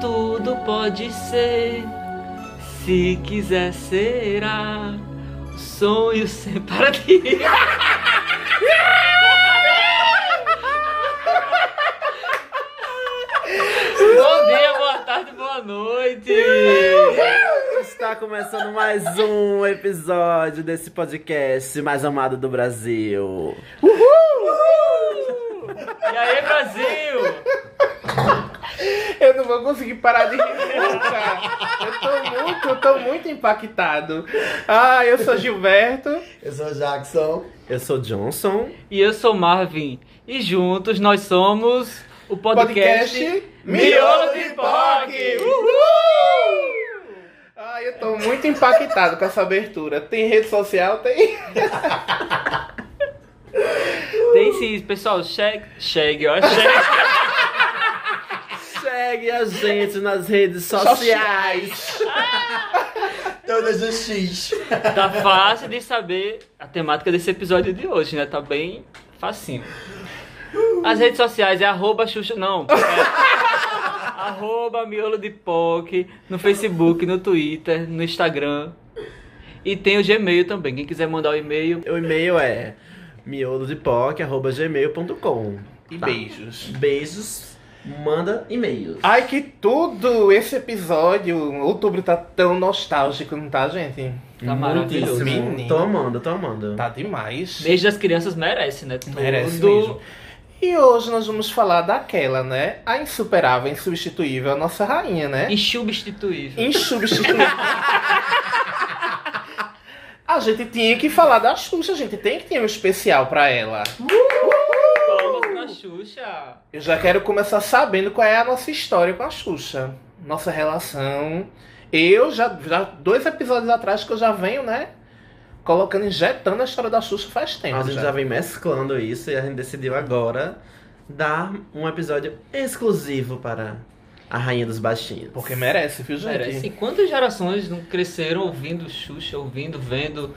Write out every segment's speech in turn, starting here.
tudo pode ser, se quiser será. O sonho sempre. Para de rir. Bom dia, boa tarde, boa noite. Está começando mais um episódio desse podcast mais amado do Brasil. E aí, Brasil? Eu não vou conseguir parar de rir nunca. Eu tô muito, eu tô muito impactado. Ah, eu sou Gilberto. Eu sou o Jackson. Eu sou Johnson. E eu sou Marvin. E juntos nós somos o podcast, Podcast Miolo de POC. Uhul! Ah, eu tô muito impactado com essa abertura. Tem rede social? Tem. Tem sim, pessoal. Chegue, chegue, ó. Chegue. Segue a gente nas redes sociais. Todas do X. Tá fácil de saber a temática desse episódio de hoje, né? Tá bem facinho. As redes sociais é arroba Xuxa. Não. É arroba miolo de POC. No Facebook, no Twitter, no Instagram. E tem o Gmail também. Quem quiser mandar o e-mail. O e-mail é miolodepoc.gmail.com E Tá. beijos. Beijos, manda e-mails. Ai, que tudo! Esse episódio, outubro tá tão nostálgico, não tá, gente? Tá maravilhoso. Menino. Tô amando, tô amando. Tá demais. Beijo das crianças merece, né? Tudo. Merece mesmo. E hoje nós vamos falar daquela, né? A insuperável, insubstituível, a nossa rainha, É? né? Insubstituível. Insubstituível. a gente tinha que falar da Xuxa, a gente tem que ter um especial pra ela. Palmas pra Xuxa. Eu já quero começar sabendo qual é a nossa história com a Xuxa. Nossa relação. Eu já, já dois episódios atrás que eu já venho, né? Colocando, injetando a história da Xuxa faz tempo. A gente Ah, já. já vem mesclando isso e a gente decidiu agora dar um episódio exclusivo para a Rainha dos Baixinhos. Porque merece, viu, gente? Merece. E assim, quantas gerações não cresceram ouvindo Xuxa, ouvindo, vendo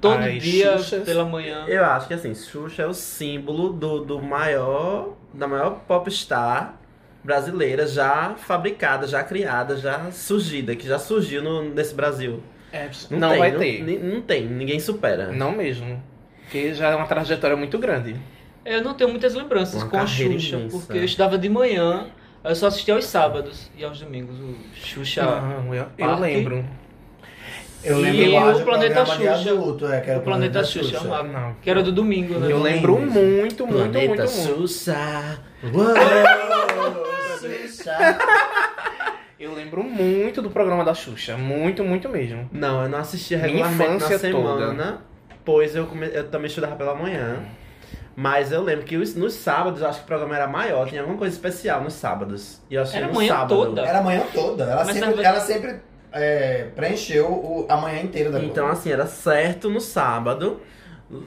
todo Ai, dia Xuxas. pela manhã? Eu acho que assim, Xuxa é o símbolo do, do maior, da maior popstar brasileira já fabricada, já criada, já surgida, que já surgiu no- nesse Brasil. É, Não, não tem, vai não, ter. ni- Não, tem, ninguém supera. Não mesmo. Porque já é uma trajetória muito grande. É, Eu não tenho muitas lembranças Uma com a carreira Xuxa, imensa. porque eu estudava de manhã, eu só assistia aos sábados e aos domingos o Xuxa. Não, eu, eu Parque. lembro. Eu E lembro mais o do Planeta programa de Xuxa. adulto, é, que era O Planeta Xuxa, eu amava. Não. Que era do domingo, né? Eu lembro muito, muito, Planeta muito, muito. Xuxa. Uou! Xuxa. Eu lembro muito do programa da Xuxa. Muito, muito mesmo. Não, eu não assistia Minha regularmente na infância semana, pois eu, come- eu também estudava pela manhã. Mas eu lembro que os- nos sábados, eu acho que o programa era maior, tinha alguma coisa especial nos sábados. E eu achei Era no manhã sábado. toda? Era a manhã toda. Ela Mas sempre, sabe- ela sempre é, preencheu o- a manhã inteira da Então, assim, era certo no sábado.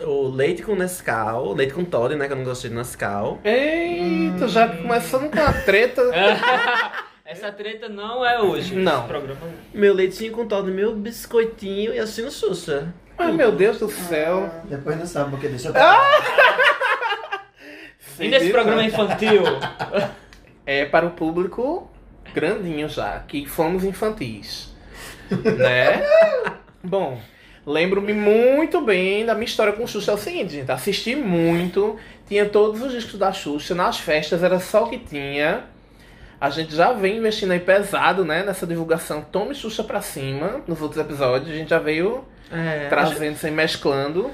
O leite com Nescau, leite com Toddy, né? Que eu não gostei de Nescau. Eita, já começando com a treta. Essa treta não é hoje. Não. Esse programa. Meu leitinho com Toddy, meu biscoitinho e assim no Xuxa. Ai, meu Deus do céu. Depois não sabe porque deixa eu ah! E nesse programa infantil? É para o público grandinho já, que fomos infantis. né? Bom, lembro-me muito bem da minha história com Xuxa. É o seguinte, gente, assisti muito, tinha todos os discos da Xuxa, nas festas era só o que tinha. A gente já vem investindo aí pesado, né, nessa divulgação Tome Xuxa pra cima, nos outros episódios, a gente já veio É. trazendo sem mesclando.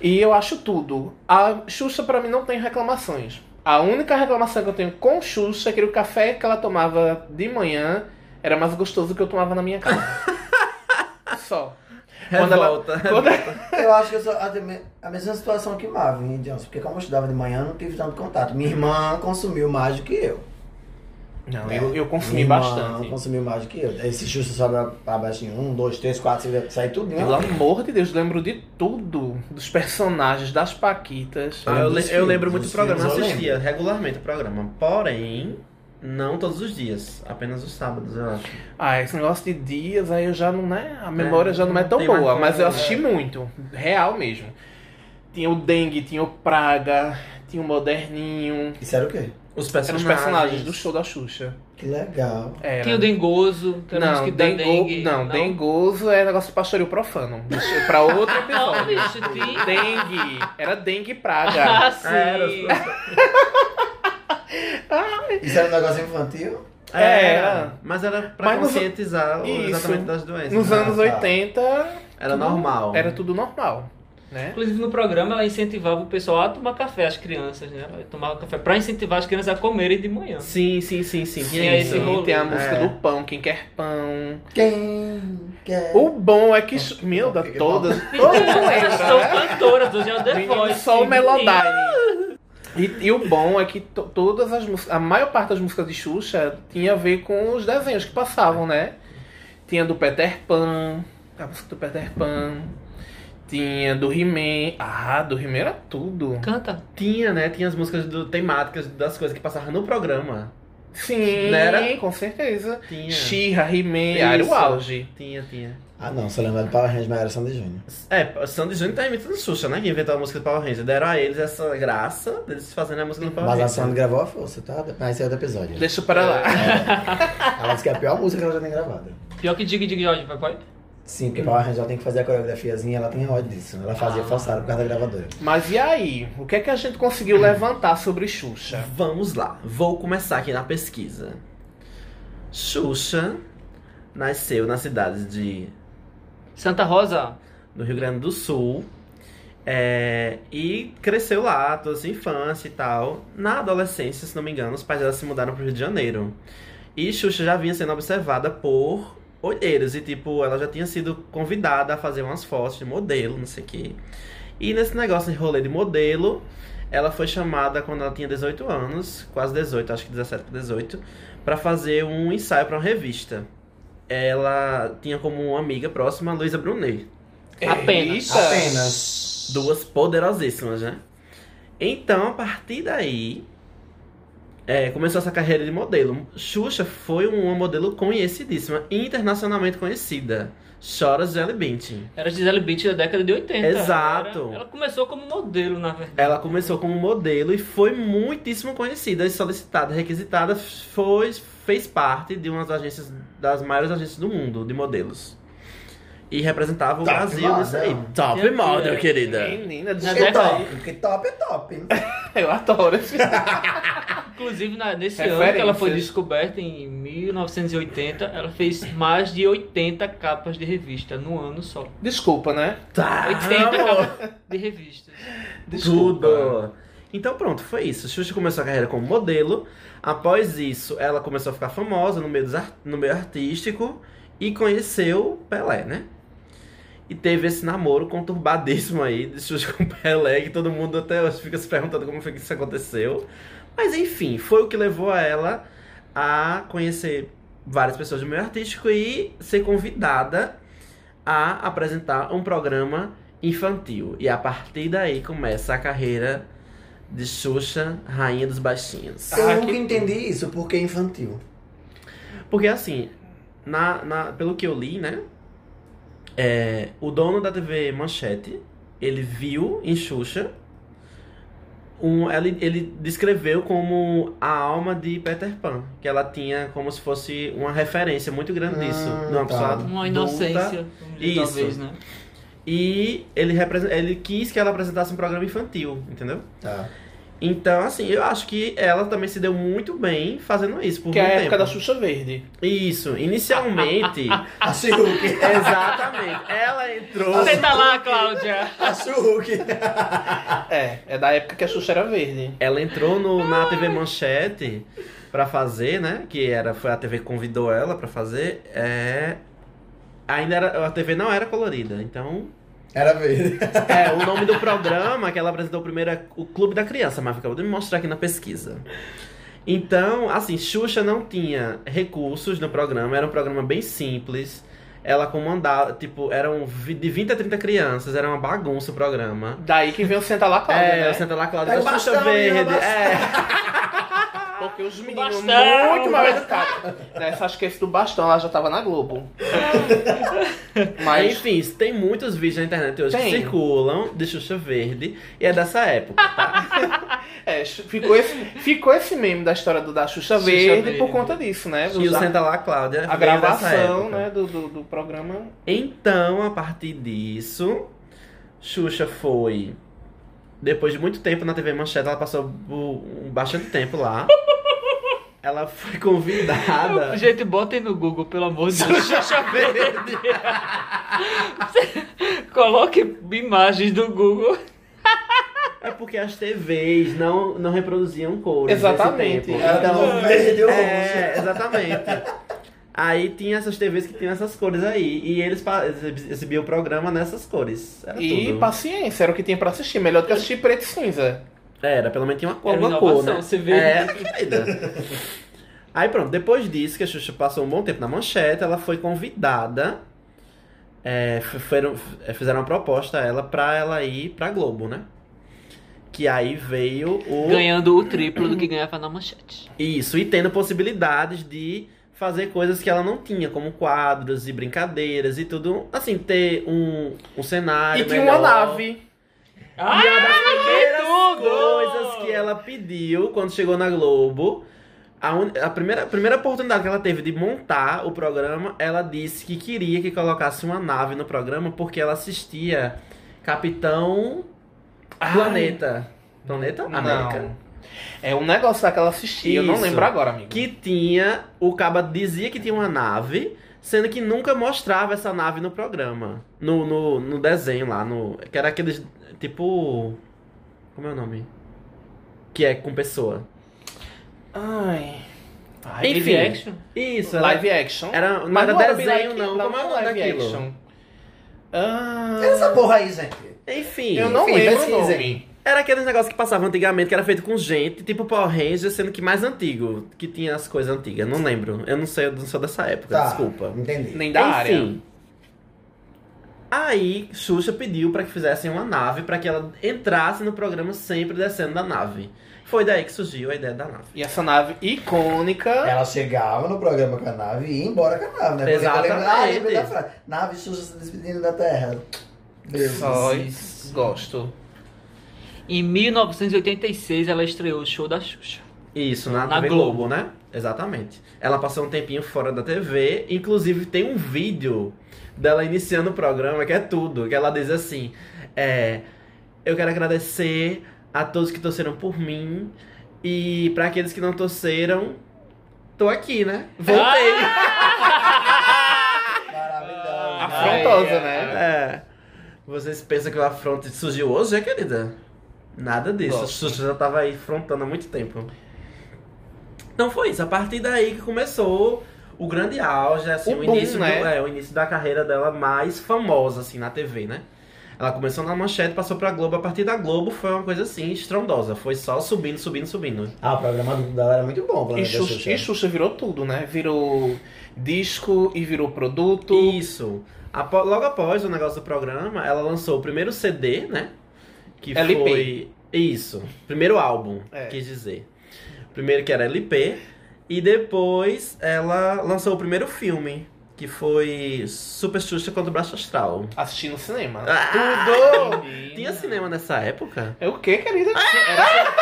E eu acho tudo. A Xuxa pra mim não tem reclamações. A única reclamação que eu tenho com Xuxa é que o café que ela tomava de manhã era mais gostoso do que eu tomava na minha casa. Só. Quando ela- Revolta. Quando- Eu acho que eu sou a, me- a mesma situação que Marvin e Johnson. Porque como eu estudava de manhã, eu não tive tanto contato. Minha irmã consumiu mais do que eu. É. Não, eu, eu consumi Minha irmã bastante. consumiu mais do que eu. Esse Xuxa sobe pra baixo em um, dois, três, quatro, cinco, sai tudo. Pelo amor de Deus, lembro de tudo. Dos personagens, das paquitas. Ah, eu, le- Dos eu lembro muito filmes, do dos programa, filmes eu assistia regularmente o programa. Porém, não todos os dias, apenas os sábados, eu acho. Ah, esse negócio de dias, aí eu já não, né? A memória É, já não é não tão tem mais boa, como, mas eu né? assisti muito. Real mesmo. Tinha o dengue, tinha o praga, tinha o moderninho. Isso era o quê? Os Eram personagens. os personagens do show da Xuxa. Que legal. Era. Tinha o Dengoso, que era um não, mosquito da dengo- dengue. não, dengoso é negócio de pastoril profano. Deixa Pra outro Não, episódio. bicho, tinha. dengue. Era dengue e praga. Ah, sim. Era, os Isso era um negócio infantil? É, Era. mas era pra Mas nos- conscientizar o- Isso. exatamente das doenças. Nos né? anos tá. 80 Era tudo- normal. era tudo normal, né? Inclusive no programa ela incentivava o pessoal a tomar café, as crianças, né? Ela tomava café pra incentivar as crianças a comerem de manhã. Sim, sim, sim, sim. Sim, tinha é isso. esse rolê. tem a música É. do pão, quem quer pão. Quem quer? O bom é que. Meu, da todas. Então, Todo mundo elas lembra, são né? cantoras do Jean The Menino, Voice. só o sim, menino. Melodyne. E, e o bom é que to- todas as músicas, a maior parte das músicas de Xuxa tinha a ver com os desenhos que passavam, né? Tinha do Peter Pan, a música do Peter Pan. Tinha do He-Man. Ah, do He-Man era tudo. Canta. Tinha, né? Tinha as músicas do- temáticas das coisas que passavam no programa. Sim, Não era? Né? com certeza. Tinha. She-Ra, He-Man, ah, era o Isso. auge. Tinha, tinha. Ah, não, só lembrar do Power Rangers, mas era Sandy Júnior. É, Sandy Júnior tá imitando Xuxa, né? Que inventou a música do Power Ranger. Deram a eles essa graça deles fazendo a música do Power Mas a Ranger. Sandy gravou a força, tá? Mas esse é outro episódio. Deixa pra lá. Ela disse que é a pior música que ela já tem gravada. Pior que Dig Dig Jorge, papai. Sim, porque Power Rangers ela tem que fazer a coreografiazinha, ela tem ódio disso. Ela Ah. fazia forçada por causa da gravadora. Mas e aí? O que é que a gente conseguiu levantar sobre Xuxa? Vamos lá, vou começar aqui na pesquisa. Xuxa nasceu na cidade de, Santa Rosa. do Rio Grande do Sul é, e cresceu lá toda sua infância e tal. Na adolescência, se não me engano, os pais dela se mudaram para o Rio de Janeiro. E Xuxa já vinha sendo observada por olheiros e, tipo, ela já tinha sido convidada a fazer umas fotos de modelo, não sei o quê. E nesse negócio de rolê de modelo, ela foi chamada quando ela tinha 18 anos, quase 18, acho que 17 para 18, para fazer um ensaio para uma revista. Ela tinha como amiga próxima a Luísa Brunet. É Apenas. Eita. Apenas. Duas poderosíssimas, né? Então, a partir daí, é, começou essa carreira de modelo. Xuxa foi uma modelo conhecidíssima, internacionalmente conhecida. Chora Jelly Bean. Era Gisele Beach da década de 80. Exato. Era- ela começou como modelo, na verdade. Ela começou como modelo e foi muitíssimo conhecida e solicitada, requisitada, foi, fez parte de uma das agências das maiores agências do mundo de modelos. E representava o Top Brasil nisso aí. model. Top Top model, model. querida. Menina, Na Que década- top, que top é top. hein? eu adoro esse É. Inclusive, na- nesse ano que Referências. ela foi descoberta, em 1980, ela fez mais de 80 capas de revista num ano só. Desculpa, né? Tá, 80 amor. capas de revistas. Desculpa. Tudo! Então pronto, foi isso. Xuxa começou a carreira como modelo. Após isso, ela começou a ficar famosa no meio, dos ar- no meio artístico e conheceu Pelé, né? E teve esse namoro conturbadíssimo aí de Xuxa com Pelé, que todo mundo até hoje fica se perguntando como foi que isso aconteceu. Mas enfim, foi o que levou a ela a conhecer várias pessoas do meio artístico e ser convidada a apresentar um programa infantil. E a partir daí começa a carreira de Xuxa, Rainha dos Baixinhos. Eu Ah, nunca que- entendi isso, porque é infantil. Porque assim, na, na- pelo que eu li, né? é, o dono da TV Manchete, ele viu em Xuxa. Um, ele, ele descreveu como a alma de Peter Pan, que ela tinha como se fosse uma referência muito grande Ah, disso. de uma tá. pessoa Uma adulta. inocência, vamos dizer, Isso. talvez, né? E ele, represen- ele quis que ela apresentasse um programa infantil, entendeu? Tá. Então, assim, eu acho que ela também se deu muito bem fazendo isso por Que é a muito época da tempo. Xuxa Verde. Isso, inicialmente, Ah. A Shihulk. exatamente. Ela entrou. Você tá lá, Cláudia! A Shihulk. É, é da época que a Xuxa era verde. Ela entrou no, na TV Manchete pra fazer, né? Que era foi a TV que convidou ela pra fazer. É, ainda era a TV não era colorida, então Era verde. é o nome do programa que ela apresentou primeiro é o Clube da Criança, mas acabou de me mostrar aqui na pesquisa. Então, assim, Xuxa não tinha recursos no programa, era um programa bem simples. Ela comandava, tipo, eram vi- de 20 a 30 crianças, era uma bagunça o programa. Daí que vem o É. Senta Lá Cláudia, é, né? Senta lá, Cláudia, Pega o Xuxa bastão, menina, Verde. bastão. É. Porque os meninos bastão. muito mal educados. Nessa, acho que esse do bastão ela já tava na Globo. Mas Enfim, tem muitos vídeos na internet hoje Tem. que circulam de Xuxa Verde e é dessa época, tá? é, ficou, esse, ficou esse meme da história do da Xuxa Xuxa Verde, Verde. por conta disso, né? e o Da- Senta Lá Cláudia a veio dessa gravação época. né, do, do, do programa. Então, a partir disso, Xuxa foi. Depois de muito tempo na TV Manchete, ela passou bu- um bastante tempo lá. Ela foi convidada. Gente, botem no Google, pelo amor de Deus. Xuxa Verde! Coloque imagens do Google. É porque as TVs não, não reproduziam cores. nesse Exatamente. tempo. Ela Então, não- perdeu É, exatamente. Aí tinha essas TVs que tinham essas cores aí. E eles pa- exibi- exibiam o programa nessas cores. Era E tudo. paciência, era o que tinha pra assistir. Melhor do que assistir preto e cinza. Era, pelo menos tinha uma cor, Era uma inovação, cor, né? você vê. É, querida. Aí pronto, depois disso, que a Xuxa passou um bom tempo na manchete, ela foi convidada. é, f- foram- f- é, fizeram uma proposta a ela pra ela ir pra Globo, né? Que aí veio o. Ganhando o triplo do que ganhava na manchete. Isso, e tendo possibilidades de fazer coisas que ela não tinha, como quadros e brincadeiras e tudo. Assim, ter um, um cenário. e tinha melhor. uma nave. Ah, E uma das primeiras tudo! coisas que ela pediu quando chegou na Globo. A, un- a primeira, a primeira oportunidade que ela teve de montar o programa, ela disse que queria que colocasse uma nave no programa porque ela assistia Capitão Planeta. Planeta? Então, América. Não. É um negócio lá que ela assistia, eu não Isso. lembro agora, amigo. que tinha. O Caba dizia que tinha uma nave, sendo que nunca mostrava essa nave no programa. No, no, no desenho lá, no. Que era aqueles. Tipo. Como é o nome? Que é com pessoa. Ai. Ai, Enfim. Live action? Isso, era. Live action. era não Mas era não era desenho, like- não. Como é o nome live daquilo? action. Ah, Essa porra aí, gente. Enfim, eu não Enfim, lembro o pesquisa nome. era aqueles negócios que passavam antigamente, que era feito com gente, tipo Power Ranger, sendo que mais antigo, que tinha as coisas antigas. Não lembro. Eu não sei, eu não sou dessa época, Tá, desculpa. Entendi. Nem da área. Enfim. Aí, Xuxa pediu pra que fizessem uma nave pra que ela entrasse no programa sempre descendo da nave. Foi daí que surgiu a ideia da nave. E essa nave É, icônica. Ela chegava no programa com a nave e ia embora com a nave, né? Porque Exatamente. Eu lembro, ah, lembro da frase. Nave Xuxa se despedindo da Terra. Deus. Só gosto. Em 1986, ela estreou o show da Xuxa. Isso, na, Na TV Globo. né? Exatamente. Ela passou um tempinho fora da TV, inclusive tem um vídeo dela iniciando o programa, que é tudo, que ela diz assim, é, eu quero agradecer a todos que torceram por mim e pra aqueles que não torceram, tô aqui, né? Voltei. Ah, Maravilhosa. Afrontosa, Ai, né? Ah, É. Vocês pensam que o afronto surgiu hoje, é, querida? Nada disso. Gosto. A Xuxa já tava aí frontando há muito tempo. Então foi isso. A partir daí que começou o grande auge, assim, O o, boom, início do- né? é, o início da carreira dela mais famosa, assim, na TV, né? Ela começou na Manchete, passou pra Globo. A partir da Globo foi uma coisa, assim, estrondosa. Foi só subindo, subindo, subindo. Ah, o programa dela era muito bom. o programa E da Xuxa, Xuxa. e Xuxa virou tudo, né? Virou disco e virou produto. Isso. Apo- logo após o negócio do programa, ela lançou o primeiro CD, né? Que LP. foi. Isso. Primeiro álbum, É. quis dizer. Primeiro que era LP. E depois ela lançou o primeiro filme, que foi Super Xuxa contra o Braço Astral. Assistir no cinema. Ah! Tudo! Tinha cinema nessa época? É o quê, querida? Era...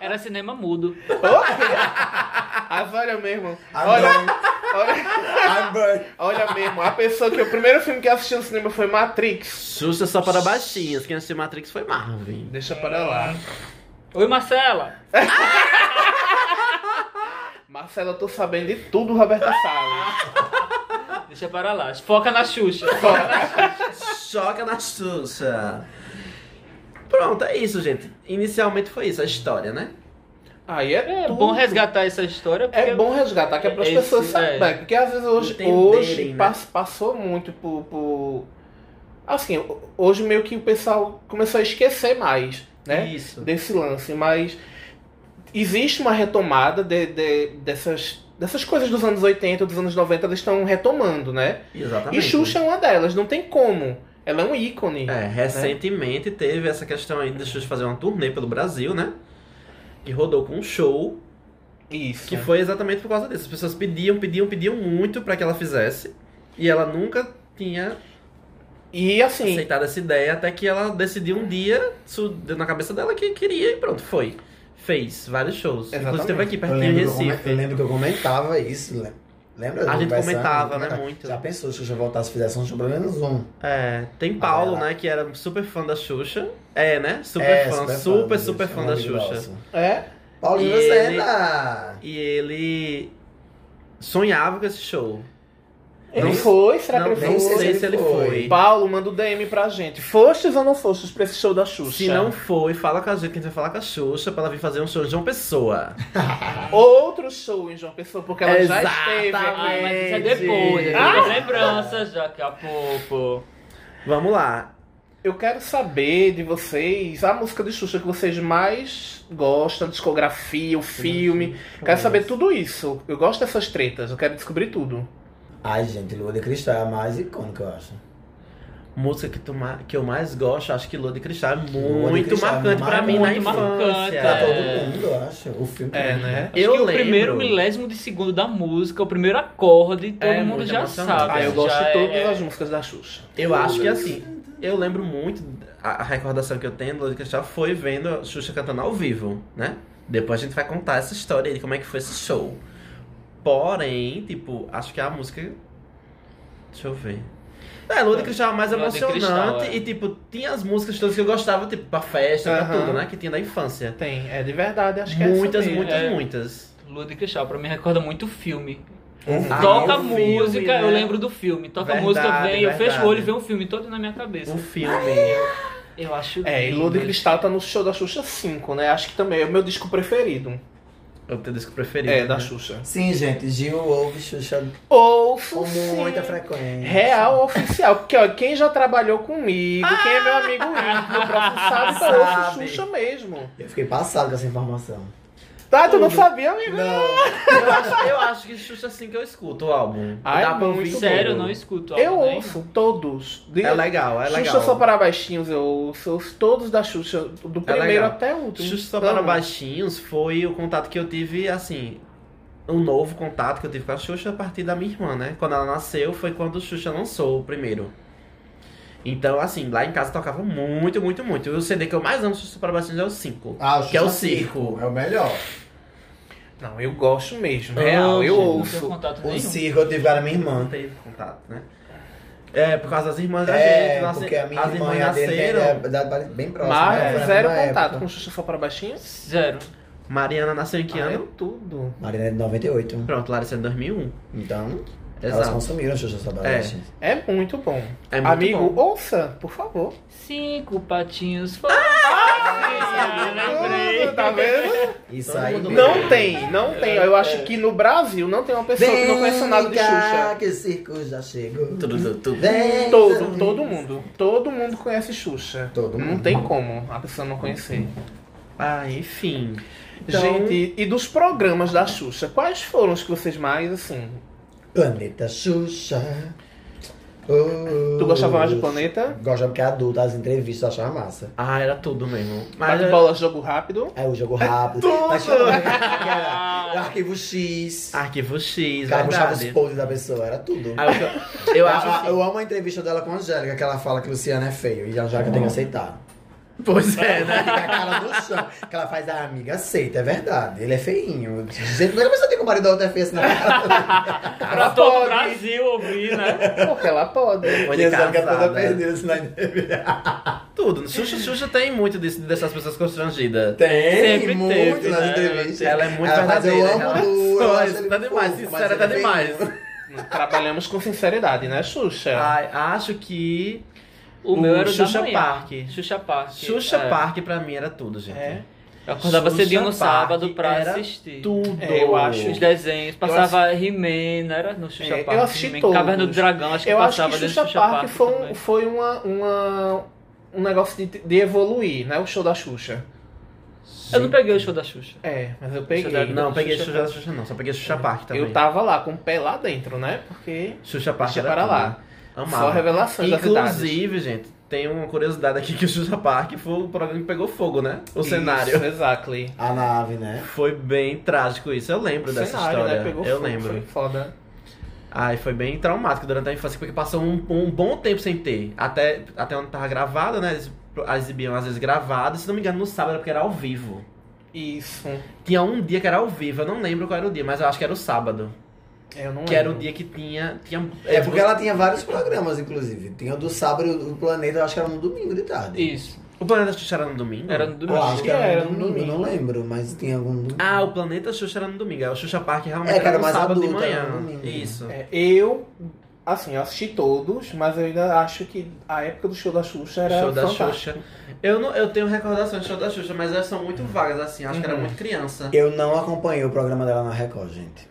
Era cinema mudo. As Ah, olha mesmo. Ah, I'm Olha, Bird. olha, I'm Bird. olha mesmo. A pessoa que o primeiro filme que assistiu no cinema foi Matrix. Xuxa só para baixinhas. Quem assistiu Matrix foi Marvin. Deixa para lá. Hum. Oi, Marcela! Marcela, eu tô sabendo de tudo, Roberta Ah. Salles. Deixa para lá. Foca na Xuxa. Choca na Xuxa. Pronto, é isso, gente. Inicialmente foi isso, a história, né? Aí É é, tudo. bom resgatar essa história. Porque É bom resgatar, que é para as Esse, pessoas é. saberem. Porque às vezes hoje, Entenderem, hoje né? pass- passou muito por, por- Assim, hoje meio que o pessoal começou a esquecer mais, né? Isso. Desse lance, mas existe uma retomada de- de- dessas, dessas coisas dos anos 80, dos anos 90, eles estão retomando, né? Exatamente. E Xuxa é uma delas, não tem como. Ela é um ícone. É, recentemente teve essa questão aí de Xuxa fazer uma turnê pelo Brasil, né? que rodou com um show, Isso. que É. foi exatamente por causa disso. As pessoas pediam, pediam, pediam muito pra que ela fizesse, e ela nunca tinha E assim, aceitado essa ideia, até que ela decidiu um dia, isso deu na cabeça dela que queria, e pronto, foi. Fez vários shows. Inclusive Exatamente. teve aqui, Eu pertinho em lembro, é que eu come- Recife. eu lembro que eu comentava isso, lembra? Lembra? A Eu gente conversando, comentava, eu né, comentava. muito. Já pensou se eu voltasse e fizesse um show, pelo menos um. É, tem Ah, Paulo, ela- né, que era super fã da Xuxa. É, né? Super É, fã, super, meu super, Deus, é fã da Xuxa. maravilhoso. é. Paulinho E ele- Senna! E ele sonhava com esse show. Ele Não- foi, será que não, ele nem foi? sei se ele foi. Paulo, manda o DM pra gente. Fostes ou não fostes pra esse show da Xuxa? Se não foi, fala com a gente que a gente vai falar com a Xuxa pra ela vir fazer um show de uma pessoa. Outro show em João Pessoa, porque ela já esteve Ah, mas isso é aqui. depois, é Ah! lembranças daqui a pouco. Vamos lá. Eu quero saber de vocês a música de Xuxa que vocês mais gostam, a discografia, o filme. Quero saber tudo isso. Eu gosto dessas tretas, eu quero descobrir tudo. Ai, gente, Lua de Cristal é a mais icônica, eu acho. Música que, tu ma- que eu mais gosto, acho que Lua de Cristal é Lua de muito Cristal é marcante pra mim na muito marcante, infância. Pra É. todo mundo, eu acho. O filme. É, né? Acho Eu que o lembro. primeiro milésimo de segundo da música, o primeiro acorde, todo É mundo muito já emocionante. sabe. Ah, eu já gosto de é- todas as músicas da Xuxa. Eu acho que assim, eu lembro muito, a a recordação que eu tenho do Lua de Cristal foi vendo a Xuxa cantando ao vivo, né? Depois a gente vai contar essa história aí de como é que foi esse show. Porém, tipo, acho que a música. Deixa eu ver. É, Lua de Cristal é a mais Lua de emocionante Cristal, é. e, tipo, tinha as músicas todas que eu gostava, tipo, pra festa, pra Aham. tudo, né? Que tinha da infância. Tem, é de verdade, acho que muitas, é essa mesmo. muitas, é. muitas. Lua de Cristal, pra mim recorda muito filme. Ah, Um Uhum. Toca o filme, música, eu né? lembro do filme. Toca Verdade, música, vem, eu fecho verdade. o olho e vem um filme todo na minha cabeça. O Um filme. Eu acho É, e lindo. Lua de Cristal tá no show da Xuxa 5, né? Acho que também é o meu disco preferido. É o teu disco preferido. É, da né? Xuxa. Sim, gente, Gil ouve Xuxa Ouço com sim. muita frequência. Real oficial, porque ó, quem já trabalhou comigo, quem é meu amigo íntimo, próprio sabe que eu ouço Sabe. Xuxa mesmo. Eu fiquei passado com essa informação. Tá, tu não sabia, amigo? Eu acho, eu acho que Xuxa assim que eu escuto o álbum. Ai, Dá pra muito ouvir Sério, eu todo. não escuto. Eu álbum, né? ouço todos. De- É legal, é legal. Xuxa só para baixinhos, eu ouço, eu ouço todos da Xuxa, do primeiro legal. até o último. Xuxa só para Amo. baixinhos foi o contato que eu tive, assim, um novo contato que eu tive com a Xuxa a partir da minha irmã, né? Quando ela nasceu foi quando o Xuxa lançou o primeiro. Então, assim, lá em casa tocava muito, muito, muito. E o CD que eu mais amo Xuxa para baixinhos é o 5. Ah, Que é o circo. É o melhor. Não, eu gosto mesmo, Ah, real, É, Não gente, eu tenho ouço. contato O nenhum. circo eu tive com a minha Não irmã. teve contato, né? É, por causa das irmãs da É, gente. nasce- porque a minha as irmã irmãs e a dele nasceram. é da- da- bem próxima. né? Foi Mas na zero mesma contato época. com Xuxa só para baixinhos. Zero. Mariana nasceu em que Ah, ano? eu tudo. Marina é de 98. Pronto, Larissa é de 2001. Então, elas Exato. consumiram Xuxa Sabá. É. É muito bom. É muito Amigo, bom. ouça, por favor. Cinco patinhos foram. Ah, lembrei. Tudo, Tá vendo? Isso Todo aí. mundo Não tem, não tem. Eu acho que no Brasil não tem uma pessoa que não conhece nada de Xuxa. que o circo já chegou. Tudo, tudo. Vem, Todo, todo mundo. Todo mundo conhece Xuxa. Todo Não mundo. tem como a pessoa não conhecer. Ah, enfim. Então- Gente, e dos programas da Xuxa, quais foram os que vocês mais, assim... Planeta Xuxa. Oh, Tu gostava mais do Planeta? Gostava porque é adulto, as entrevistas eu achava massa. Ah, era tudo mesmo. Mas Bate bola, jogo rápido. Aí o jogo rápido. É tudo! Mas tinha também aquela- o arquivo X. Arquivo X, Cara, puxava os é verdade. poses da pessoa, era tudo. Ah, eu, eu acho Ah, assim. eu amo a entrevista dela com a Angélica, que ela fala que Luciana é feio. E a Angélica tem que aceitar. Pois Uhum. é, né? Fica a cara no chão. Que ela faz a amiga aceita, é verdade. Ele é feinho. De jeito nenhum, você tem que o marido da outra é feio, assim, não. Pra Ah! todo o Brasil ouvir, né? Porque ela pode. Foi E de a Angélica toda casada. perdida, assim, na entrevista. Tudo. Xuxa, Xuxa tem muito disso, de deixar as pessoas constrangidas. Tem Sempre muito teve, nas né? entrevistas. Ela é muito Ela faz, eu verdadeira. amo né? Lu, eu acho ele tá demais, fofo, mas sincera, ele tá é demais. Hum, Trabalhamos com sinceridade, né, Xuxa? Ai, acho que. O, meu era o Xuxa da manhã. Park. Xuxa Park. Xuxa é. Park pra mim era tudo, gente. É. Eu acordava Xuxa cedinho no Park sábado pra era assistir. Tudo. É, eu acho. Os desenhos, passava He-Man, não era no Xuxa É, eu Park. assisti He-Man, todos. Caverna do Dragão, acho que Eu acho passava que dentro Xuxa do Xuxa Park foi, um- também. foi uma, uma- um negócio de, de evoluir, né? O show da Xuxa. Eu não peguei o show da Xuxa. É, mas eu Xuxa peguei. da- Não, peguei Xuxa Xuxa, Xuxa não, só peguei Xuxa Park também. Eu tava lá com o pé lá dentro, né? Porque Xuxa Park Deixa era para tudo. lá. Amava. só revelações da Inclusive, gente, Tem uma curiosidade aqui que o Xuxa Park foi o programa que pegou fogo, né? O cenário. Isso, Exactly. A nave, né? Foi bem trágico isso, eu lembro O dessa cenário, história. né? Pegou eu fogo, lembro. Foi foda. Ai, foi bem traumático durante a infância, porque passou um, um bom tempo sem ter. Até, até onde tava gravada, né? Eles exibiam às vezes gravado, se não me engano, no sábado era porque era ao vivo. Isso. Tinha um dia que era ao vivo, eu não lembro qual era o dia, mas eu acho que era o sábado. Eu não Que era o lembro. dia que tinha. tinha É porque ela tinha vários programas, inclusive. Tinha o do sábado e o do planeta, eu acho que era no domingo de tarde. Isso. O Planeta Xuxa era no domingo? Era no Eu domingo. acho que É, era era no no domingo, não lembro, mas tinha algum domingo. Ah, o Planeta Xuxa era no domingo. aí O Xuxa Park realmente É, que era, era no mais sábado de adulto, manhã. era no domingo. Isso. É, eu, assim, eu assisti todos, mas eu ainda acho que a época do show da Xuxa era show da fantástica. Xuxa. Eu, não, eu tenho recordações do show da Xuxa, mas elas são muito vagas, assim. Acho que era Uhum. muito criança. Eu não acompanhei o programa dela na Record, gente.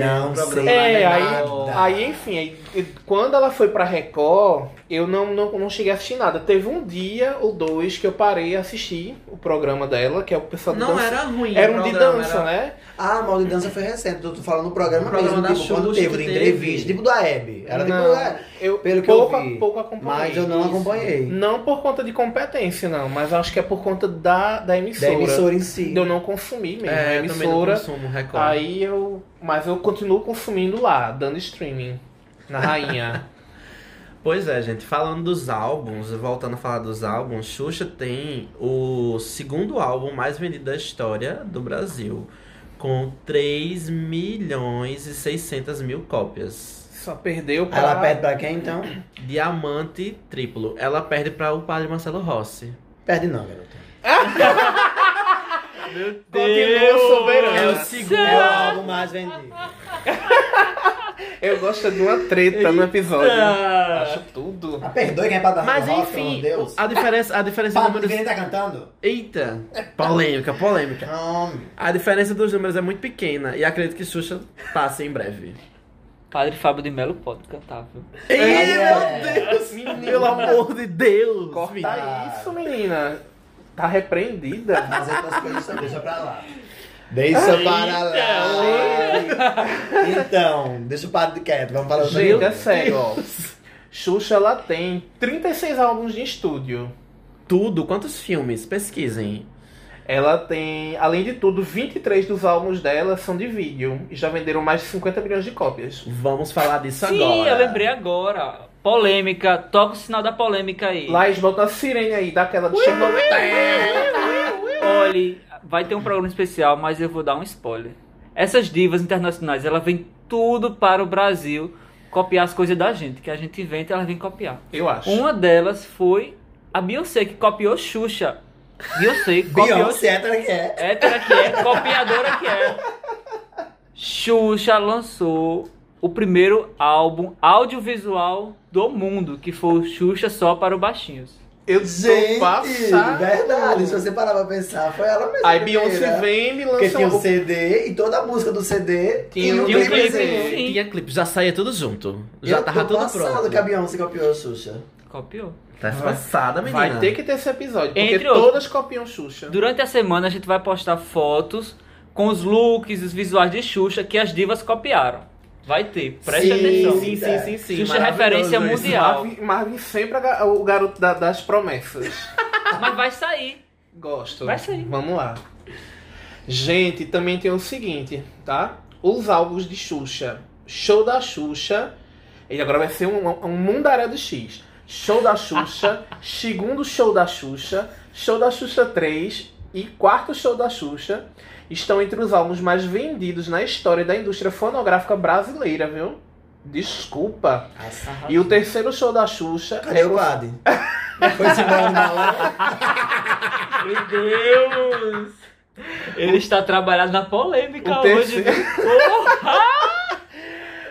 Não um sei. programa É, aí, legal. aí enfim, aí, quando ela foi pra Record, eu não, não, não cheguei a assistir nada. Teve um dia ou dois que eu parei a assistir o programa dela, que é o pessoal do Não dança. era ruim. Era o um de programa, dança, era- né? Ah, mal de dança foi recente, eu tô falando no programa, O programa mesmo, da tipo, Xuxa quando teve, de teve. entrevista, tipo da Hebe. Era tipo, Não, é, eu pelo que pouco, eu vi. pouco acompanhei. mas eu não Isso. acompanhei. Não por conta de competência, não, mas acho que é por conta da, da Da emissora. emissora em si. Eu não consumi mesmo. É, a eu também não emissora. consumo Record. Aí eu. Mas eu continuo consumindo lá, dando streaming. Na rainha. Pois é, gente. Falando dos álbuns, voltando a falar dos álbuns, Xuxa tem o segundo álbum mais vendido da história do Brasil. Com 3 milhões e 600 mil cópias. Só perdeu pra. Ela perde pra quem, então? Diamante triplo. Ela perde para o padre Marcelo Rossi. Perde não, garota. Meu Continua soberana. É o É o segundo. álbum mais vendido. Eu gosto de uma treta no episódio. Ah. Acho tudo. Ah, perdoe quem é pra dar Mas rock, enfim, meu Deus. a diferença, a diferença de Pablo números. Vittar tá cantando? Eita! Polêmica, polêmica. Homem. A diferença dos números é muito pequena e acredito que Xuxa passe em breve. Padre Fábio de Melo pode cantar, viu? Ei, é. Deus! Pelo amor de Deus! Corta menina. Ah. isso, menina. Tá repreendida. Mas outras coisas só deixa pra lá. Deixa para lá. Então, deixa o padre quieto, vamos falar sobre Gente, é isso. sério, ó. Xuxa, ela tem 36 álbuns de estúdio. Tudo, quantos filmes? Pesquisem. Ela tem, além de tudo, 23 dos álbuns dela são de vídeo. E já venderam mais de 50 milhões de cópias. Vamos falar disso Sim, agora. eu lembrei agora. Polêmica. Toca o sinal da polêmica aí. Laís, bota a sirene aí, daquela de Chernobyl. é, Olhe, vai ter um programa especial, mas eu vou dar um spoiler. Essas divas internacionais, ela vem tudo para o Brasil copiar as coisas da gente, que a gente inventa, ela vem copiar. Eu acho. Um Uma delas foi a Beyoncé, que copiou Xuxa. Beyoncé copiou Beyoncé, hétero que é. Hétera que é, copiadora que é. Xuxa lançou o primeiro álbum audiovisual do mundo, que foi o Xuxa Só para os Baixinhos. Eu Gente, tô passado. verdade. Se você parar pra pensar, foi ela mesma. Aí primeira. Beyoncé vem e me Porque lança tinha o um... CD e toda a música do CD Tinha e no o clipe. clipezinho. Sim. Tinha clipe, já saía tudo junto. Já Eu tava tô tudo passado pronto. que a Beyoncé copiou a Xuxa. Copiou. Tá é passada, menina. Vai ter que ter esse episódio, porque Entre outros. todas copiam Xuxa. Durante a semana a gente vai postar fotos com os looks, os visuais de Xuxa que as divas copiaram. Vai ter, preste Sim, atenção. Sim, sim, sim, sim. Xuxa é maravilhoso referência isso. mundial. Marvin, Marvin sempre é ga- o garoto da- das promessas. Mas vai sair. Gosto. Vai sair. Vamos lá. Gente, também tem o seguinte, tá? Os álbuns de Xuxa. Show da Xuxa. E agora vai ser um, um mundaré do X. Show da Xuxa. segundo show da Xuxa. Show da Xuxa 3 e quarto show da Xuxa. Estão entre os álbuns mais vendidos na história da indústria fonográfica brasileira, viu? Desculpa. E o Assim. terceiro show da Xuxa Cadê é o o Adi? Foi se embora na hora. Meu Deus! Ele está trabalhando na polêmica o hoje. terceiro- viu? Porra!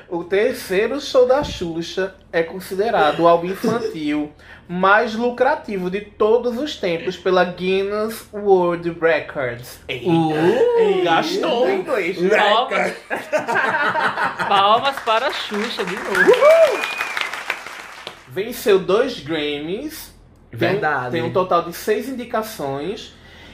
O terceiro show da Xuxa é considerado o álbum infantil mais lucrativo de todos os tempos pela Guinness World Records. Uh, gastou o inglês. Palmas. Palmas para a Xuxa de novo. Venceu dois Grammys. Tem um- Verdade. Tem um total de seis indicações.